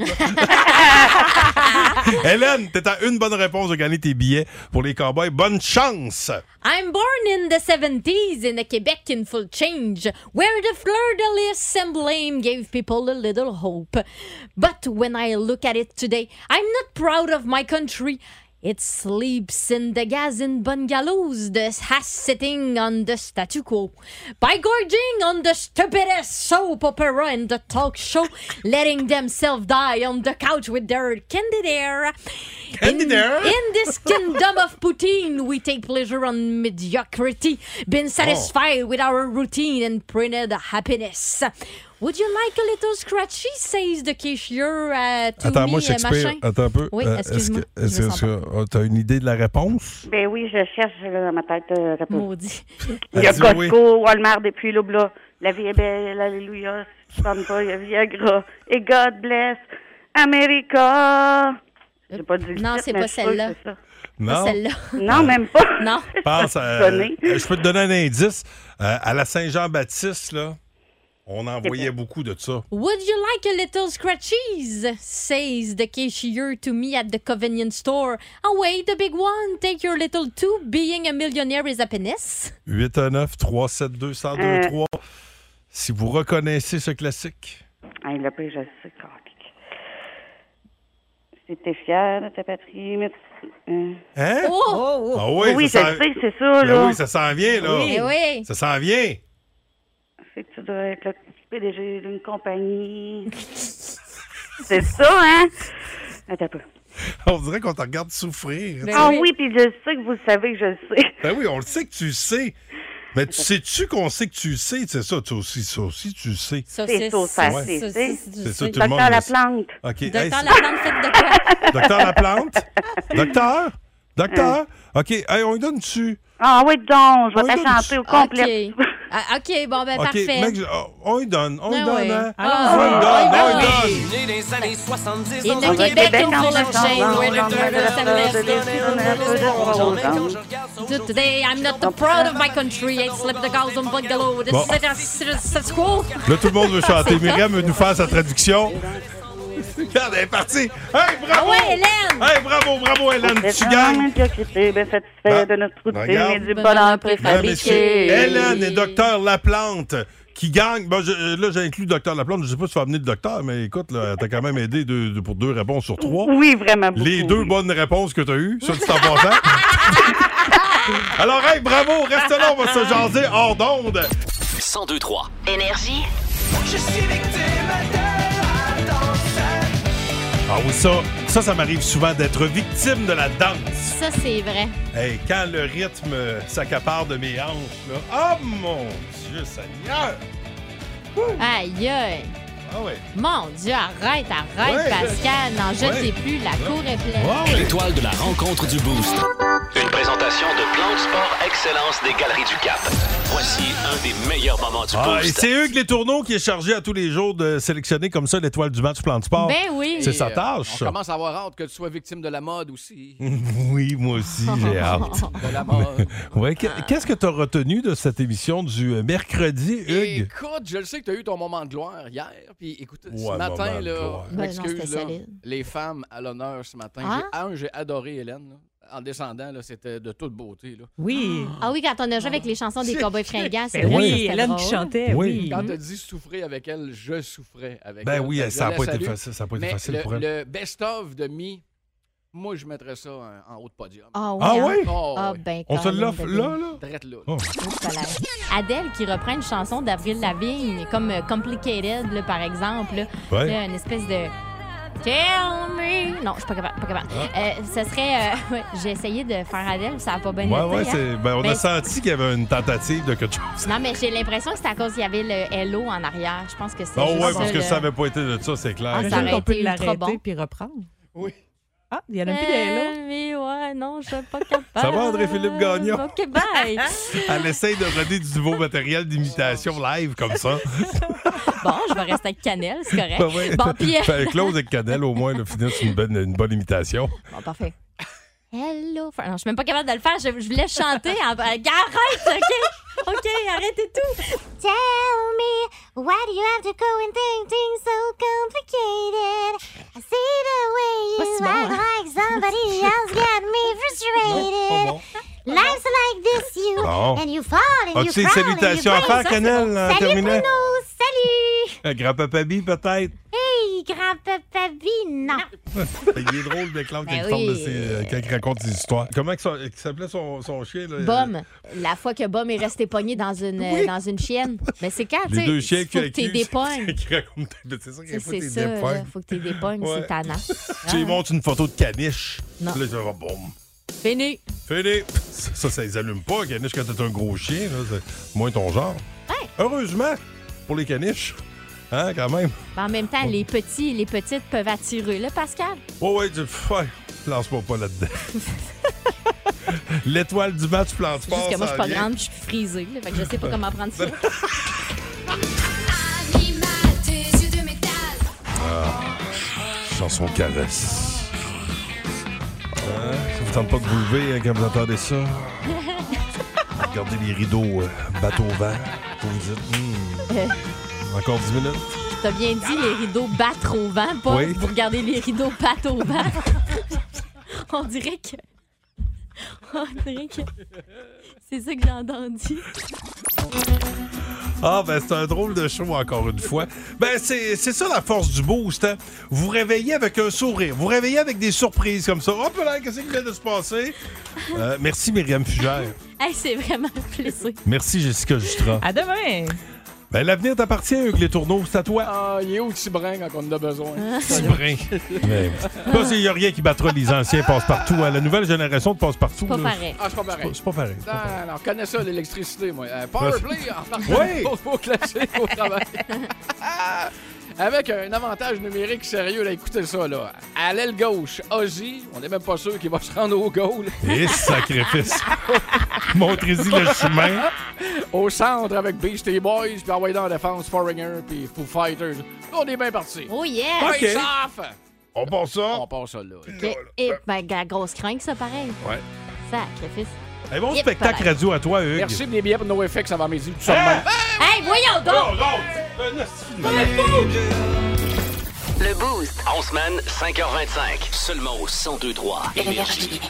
Speaker 3: Hélène, t'es à une bonne réponse de gagner tes billets pour les Cowboys. Bonne chance.
Speaker 4: I'm born in the 70s in a Quebec in full change, where the fleur-de-lis emblem gave people a little hope. But when I look at it today, I'm not proud of my country. It sleeps in the gas in bungalows, the has sitting on the statu quo. By gorging on the stupidest soap opera and the talk show, letting themselves die on the couch with their candid air.
Speaker 3: Candid
Speaker 4: in,
Speaker 3: air?
Speaker 4: in this kingdom of Putin, we take pleasure on mediocrity, been
Speaker 3: Oh.
Speaker 4: satisfied with our routine and printed happiness. Would you like a little scratchy? Says the cashier uh, to
Speaker 3: Attends,
Speaker 4: me,
Speaker 3: moi,
Speaker 4: euh,
Speaker 3: Shakespeare.
Speaker 4: machin.
Speaker 3: Attends un peu.
Speaker 4: Oui,
Speaker 3: Euh, est-ce
Speaker 4: excuse-moi.
Speaker 3: que- est-ce que oh, t'as une idée de la réponse?
Speaker 16: Ben oui, je cherche euh, dans ma tête. euh, rapport.
Speaker 4: Maudit.
Speaker 16: Il y a
Speaker 3: Elle dit
Speaker 16: Costco,
Speaker 3: oui.
Speaker 16: Walmart et puis l'Oubla. La vie est belle, alléluia. Je ne pas, il y a Viagra. Et God bless America. J'ai pas dit le
Speaker 4: Non,
Speaker 16: titre,
Speaker 4: c'est
Speaker 16: mais
Speaker 4: pas
Speaker 16: je suis
Speaker 4: celle-là.
Speaker 16: sûre que c'est ça.
Speaker 3: Non.
Speaker 4: celle-là.
Speaker 16: Non, même pas.
Speaker 4: Non.
Speaker 3: Pense à- euh,
Speaker 16: Sonné.
Speaker 3: je peux te donner un indice. Euh, à la Saint-Jean-Baptiste, là, on en
Speaker 4: C'est
Speaker 3: voyait beaucoup de ça.
Speaker 4: Would you like a little scratchies? Says the cashier to me at the convenience store. Oh, wait, the big one. Take your little two. Being a millionaire is happiness.
Speaker 3: 819 372 1023 Si vous reconnaissez ce classique.
Speaker 16: Hey, le pire, je le sais, calique. Si t'es fière de ta patrie, merci. Euh,
Speaker 3: Hein?
Speaker 4: Oh!
Speaker 3: Ah oui,
Speaker 16: oui,
Speaker 3: ça
Speaker 16: je
Speaker 3: s'en-
Speaker 16: le sais, c'est ça,
Speaker 3: Ben
Speaker 16: là.
Speaker 3: oui, ça s'en vient, là.
Speaker 16: Oui. Eh oui.
Speaker 3: Ça s'en vient.
Speaker 16: C'est que tu dois être le PDG d'une compagnie. c'est ça, hein? Attends un peu.
Speaker 3: On dirait qu'on te regarde souffrir.
Speaker 16: ah oui, puis je sais que vous le savez que je le sais.
Speaker 3: Ben oui, on le sait que tu le sais. Mais tu sais-tu qu'on sait que tu le sais? C'est ça, toi aussi, ça aussi, tu le sais.
Speaker 16: C'est Ah, ça, ça, c'est ça.
Speaker 3: C'est ça, tout le monde
Speaker 16: Docteur
Speaker 3: le sait.
Speaker 16: Laplante.
Speaker 3: OK. hey,
Speaker 4: Docteur
Speaker 3: c'est-
Speaker 4: Laplante, faites de quoi?
Speaker 3: Docteur Laplante?
Speaker 16: Hein.
Speaker 3: Docteur? Docteur? OK, hey, on lui donne dessus.
Speaker 16: Ah oui, donc, je vais
Speaker 3: Oh, Oui,
Speaker 16: te
Speaker 3: donc,
Speaker 16: chanter au complet.
Speaker 4: OK. Ah, OK, bon, ben,
Speaker 3: OK,
Speaker 4: parfait.
Speaker 3: mec, je- oh, on lui donne, on lui
Speaker 4: Ah
Speaker 3: donne,
Speaker 4: ouais.
Speaker 3: hein?
Speaker 4: Ah,
Speaker 3: on lui
Speaker 4: oui.
Speaker 3: donne,
Speaker 4: Ah,
Speaker 3: on lui
Speaker 4: oui.
Speaker 3: donne.
Speaker 14: Né dans les années 70
Speaker 4: Et
Speaker 14: dans
Speaker 4: de
Speaker 14: un
Speaker 4: Québec,
Speaker 14: Québec
Speaker 4: on
Speaker 14: en
Speaker 4: fait la
Speaker 14: chanson.
Speaker 4: chaîne,
Speaker 14: On
Speaker 4: ouais,
Speaker 14: est
Speaker 4: le
Speaker 14: un
Speaker 16: Euh,
Speaker 4: bleu,
Speaker 14: peu
Speaker 4: le
Speaker 14: de
Speaker 4: bleu,
Speaker 14: l'Est,
Speaker 16: hein.
Speaker 14: on est un peu de l'Ouest.
Speaker 4: So today, I'm not the proud of my country. I slept the cows on bungalow. This
Speaker 3: Bon.
Speaker 4: is it, it's- it's- it's cool.
Speaker 3: Là, tout le monde veut chanter.
Speaker 4: C'est ça.
Speaker 3: Myriam veut nous faire sa traduction. Regarde, elle est partie. Hey,
Speaker 16: Ah
Speaker 3: bravo!
Speaker 4: ouais, Hélène!
Speaker 3: Hey, bravo, bravo, Hélène, tu gagnes. Bah,
Speaker 16: médiocrité, bien satisfait de notre routine et
Speaker 3: Regarde.
Speaker 16: du bonheur
Speaker 3: Mesdames, messieurs,
Speaker 16: préfabriqué.
Speaker 3: Hélène et Docteur Laplante qui gagnent. Bon, je- euh, là, j'inclus Docteur Laplante. Je sais pas si tu vas amener le docteur, mais écoute, là, t'as quand même aidé deux- deux- pour deux réponses sur trois.
Speaker 16: Oui, vraiment beaucoup.
Speaker 3: Les deux bonnes réponses que tu as eues, ça, tu t'en vas Alors, hey, bravo, reste là, on va se jaser hors d'onde.
Speaker 2: 1023.
Speaker 12: Énergie.
Speaker 14: Je suis victime de la danse.
Speaker 3: Ah oui, ça, ça, ça m'arrive souvent d'être victime de la danse.
Speaker 4: Ça, c'est vrai.
Speaker 3: Hey, quand le rythme euh, s'accapare de mes hanches, là. Oh mon Dieu Seigneur!
Speaker 4: Aïe, aïe.
Speaker 3: Ah ouais.
Speaker 4: Mon Dieu, arrête, arrête,
Speaker 3: Ouais.
Speaker 4: Pascal. N'en jetez plus, la cour est pleine.
Speaker 2: L'étoile de la rencontre du Boost. Une présentation de Plan de Sport Excellence des Galeries du Cap. Voici un des meilleurs moments du
Speaker 3: Ah, et
Speaker 2: Boost.
Speaker 3: c'est Hugues Les Tourneaux qui est chargé à tous les jours de sélectionner comme ça l'étoile du match plan de sport.
Speaker 4: Ben oui.
Speaker 3: C'est sa
Speaker 15: Et, euh,
Speaker 3: tâche.
Speaker 15: On commence à avoir hâte que tu sois victime de la mode aussi.
Speaker 3: oui, moi aussi, j'ai hâte.
Speaker 15: De la mode.
Speaker 3: Ouais, que- Qu'est-ce que tu as retenu de cette émission du euh, mercredi, Hugues?
Speaker 15: Écoute, je le sais que tu as eu ton moment de gloire hier. Puis écoute,
Speaker 3: Ouais,
Speaker 15: ce matin,
Speaker 3: moment de
Speaker 15: là,
Speaker 3: gloire.
Speaker 4: Ben
Speaker 15: je
Speaker 4: non,
Speaker 15: m'excuse,
Speaker 4: c'était
Speaker 15: là,
Speaker 4: solide.
Speaker 15: les femmes à l'honneur ce matin.
Speaker 4: Hein?
Speaker 15: J'ai, un, j'ai adoré Hélène. là. en descendant, là, c'était de toute beauté. Là.
Speaker 8: Oui.
Speaker 4: Ah oui, quand on a joué avec les chansons des cowboys fringants, c'est
Speaker 15: Ben
Speaker 4: vrai
Speaker 15: oui,
Speaker 4: que c'était
Speaker 15: Hélène
Speaker 4: drôle.
Speaker 15: qui
Speaker 8: chantait, oui.
Speaker 15: Quand tu dit souffrir avec elle, je souffrais avec
Speaker 3: Ben
Speaker 15: elle.
Speaker 3: oui,
Speaker 15: Fait que
Speaker 3: ça a
Speaker 15: je
Speaker 3: pas
Speaker 15: la
Speaker 3: été
Speaker 15: salue.
Speaker 3: facile- ça a pas été
Speaker 15: Mais
Speaker 3: facile
Speaker 15: le-
Speaker 3: pour elle.
Speaker 15: Le best-of de Mi, moi, je mettrais ça en, en haut de podium.
Speaker 4: Ah oui?
Speaker 3: Ah
Speaker 4: hein?
Speaker 3: oui?
Speaker 15: Oh,
Speaker 4: Ah
Speaker 15: oui.
Speaker 4: ben,
Speaker 3: On se
Speaker 4: Colin
Speaker 3: l'offre
Speaker 4: Bebin.
Speaker 3: là, là?
Speaker 15: Drette là.
Speaker 3: Oh.
Speaker 4: Adèle qui reprend une chanson d'Avril Lavigne, comme euh, Complicated, là, par exemple. Là.
Speaker 14: Ouais.
Speaker 4: Tu sais, une espèce de. Tell me! Non, je suis pas capable. Pas capable.
Speaker 3: Ah.
Speaker 4: Euh, ce serait. euh, ouais, J'ai essayé de faire Adèle, ça n'a pas bien
Speaker 3: Ouais,
Speaker 4: été,
Speaker 3: ouais,
Speaker 4: hein.
Speaker 3: c'est- ben, on
Speaker 4: Mais-
Speaker 3: a senti qu'il y avait une tentative de quelque chose.
Speaker 4: Non, mais j'ai l'impression que c'est à cause qu'il y avait le Hello en arrière. Je pense que c'est.
Speaker 3: Ah
Speaker 4: juste
Speaker 3: ouais, parce que
Speaker 4: le-
Speaker 3: ça n'avait pas été de ça, c'est clair.
Speaker 4: Ah, ça
Speaker 3: que-
Speaker 4: aurait
Speaker 8: On peut
Speaker 4: été ultra
Speaker 8: l'arrêter
Speaker 4: bon. Euh,
Speaker 8: puis reprendre.
Speaker 15: Oui.
Speaker 8: Ah, il y en a plus d'elle. là.
Speaker 4: Tell me, ouais, non, je suis pas capable.
Speaker 3: Ça va, André-Philippe Gagnon?
Speaker 4: OK, bye!
Speaker 3: Elle essaye de donner du nouveau matériel d'imitation live comme ça.
Speaker 4: bon, je vais rester avec Canel, c'est correct.
Speaker 3: Ben ouais.
Speaker 4: Bon, puis. euh,
Speaker 3: Fait que Claude et Canel, au moins, le finissent une bonne, une bonne imitation.
Speaker 4: Bon, parfait. Hello, Fran- Non, je suis même pas capable de le faire. Je, je voulais chanter. En... Arrête, OK? OK, arrêtez tout.
Speaker 14: Tell me, why do you have to go and think things so complicated? I see the way you
Speaker 4: What's
Speaker 14: act
Speaker 4: wrong?
Speaker 14: like somebody else got me frustrated. Life's like this, you,
Speaker 3: Bon.
Speaker 14: and you fall and you
Speaker 3: As-tu des
Speaker 14: crawl and you
Speaker 3: salutations à
Speaker 14: break.
Speaker 3: faire, Canel, en
Speaker 14: Salut
Speaker 3: terminant?
Speaker 14: Bruno, salut!
Speaker 3: Un Euh, Grand-papa Bee, peut-être?
Speaker 14: Hey, grand-papa B, non.
Speaker 3: Il est drôle de Claude
Speaker 4: Ben
Speaker 3: quand, il parle de
Speaker 4: oui.
Speaker 3: ses- euh, quand il raconte ses histoires. Comment que son- que s'appelait son, son chien? Là? Euh,
Speaker 4: Bum, la fois que Bum est resté pogné dans une, euh, dans une chienne. Mais c'est quand, Ah, tu
Speaker 3: Les
Speaker 4: sais?
Speaker 3: deux chiens
Speaker 4: faut que t'aies des pognes.
Speaker 3: qui racontent. C'est ça qu'il
Speaker 4: C'est
Speaker 3: faut que
Speaker 4: c'est
Speaker 3: t'aies
Speaker 4: ça,
Speaker 3: des
Speaker 4: là,
Speaker 3: pognes.
Speaker 4: faut que t'aies des pognes,
Speaker 3: Ouais.
Speaker 4: c'est tannant. Ah.
Speaker 3: Tu lui montres une photo de caniche.
Speaker 4: Non.
Speaker 3: Puis Là, tu vas voir, boum.
Speaker 4: Fini.
Speaker 3: Fini. Ça, ça, ça les allume pas, caniche, quand t'es un gros chien. Là, c'est moins ton genre. Heureusement, pour les caniches. Hein, quand même.
Speaker 4: Mais en même temps, les petits et les petites peuvent attirer, là, Pascal?
Speaker 3: Ouais, ouais, tu... ouais, lance-moi pas là-dedans. L'étoile du match plante
Speaker 4: C'est
Speaker 3: pas.
Speaker 4: juste que moi,
Speaker 3: ça
Speaker 4: je suis pas
Speaker 3: vient.
Speaker 4: grande, puis je suis frisée. là, fait que je sais pas comment prendre ça.
Speaker 3: Ah, chanson caresse. Hein, ça vous tente pas de vous lever hein, quand vous entendez ça? Regardez les rideaux euh, bateau vent. Vous vous dites, Hmm,
Speaker 4: Euh,
Speaker 3: encore 10 minutes.
Speaker 4: T'as bien dit les rideaux battent au vent, pas
Speaker 3: Oui.
Speaker 4: vous regardez les rideaux battent au vent. On dirait que. On dirait que. C'est ça que j'ai entendu.
Speaker 3: Ah, ben c'est un drôle de show, encore une fois. Ben, c'est c'est ça la force du boost. hein. Vous vous réveillez avec un sourire. Vous vous réveillez avec des surprises comme ça. Hop là, qu'est-ce qui vient de se passer? Euh, merci, Myriam Fugère.
Speaker 4: Hey, c'est vraiment un plaisir.
Speaker 3: Merci, Jessica Justra.
Speaker 8: À demain!
Speaker 3: Ben, l'avenir t'appartient, Hugues Les Tourneaux. C'est à toi.
Speaker 15: Ah, il est où le petit brin quand on en a besoin?
Speaker 3: Petit brin.
Speaker 4: Ah.
Speaker 3: Mais il n'y a rien qui battra les anciens passe-partout. hein. La nouvelle génération de passe-partout.
Speaker 15: Pas
Speaker 3: là,
Speaker 15: pareil. Ah, c'est pas pareil.
Speaker 3: C'est pas pareil.
Speaker 15: Non, non, non, je connais ça, l'électricité, moi. Euh, Powerplay, en partant
Speaker 3: Ouais.
Speaker 15: au- au classique, au travail. Avec un avantage numérique sérieux, là, écoutez ça, là. À l'aile gauche, Ozzy, on n'est même pas sûr qu'il va se rendre au goal.
Speaker 3: Et sacrifice. Montrez-y le chemin.
Speaker 15: Au centre avec Beastie Boys, puis envoyé dans la défense, Foreigner, puis Foo Fighters. On est bien parti.
Speaker 4: Oh yeah!
Speaker 15: OK.
Speaker 4: OK.
Speaker 3: On part ça.
Speaker 15: On part ça, là.
Speaker 4: Et, et ben, la grosse crinque, ça, pareil.
Speaker 3: Ouais.
Speaker 4: Sacrifice.
Speaker 3: Un bon
Speaker 4: Yep,
Speaker 3: spectacle
Speaker 4: pareil.
Speaker 3: radio à toi, Hugues.
Speaker 15: Merci pour les billets pour nos effets avant midi. Tout ça de même.
Speaker 4: Hey, voyons donc!
Speaker 2: Le Boost. En semaine, 5h25. Seulement au 1023 Énergie.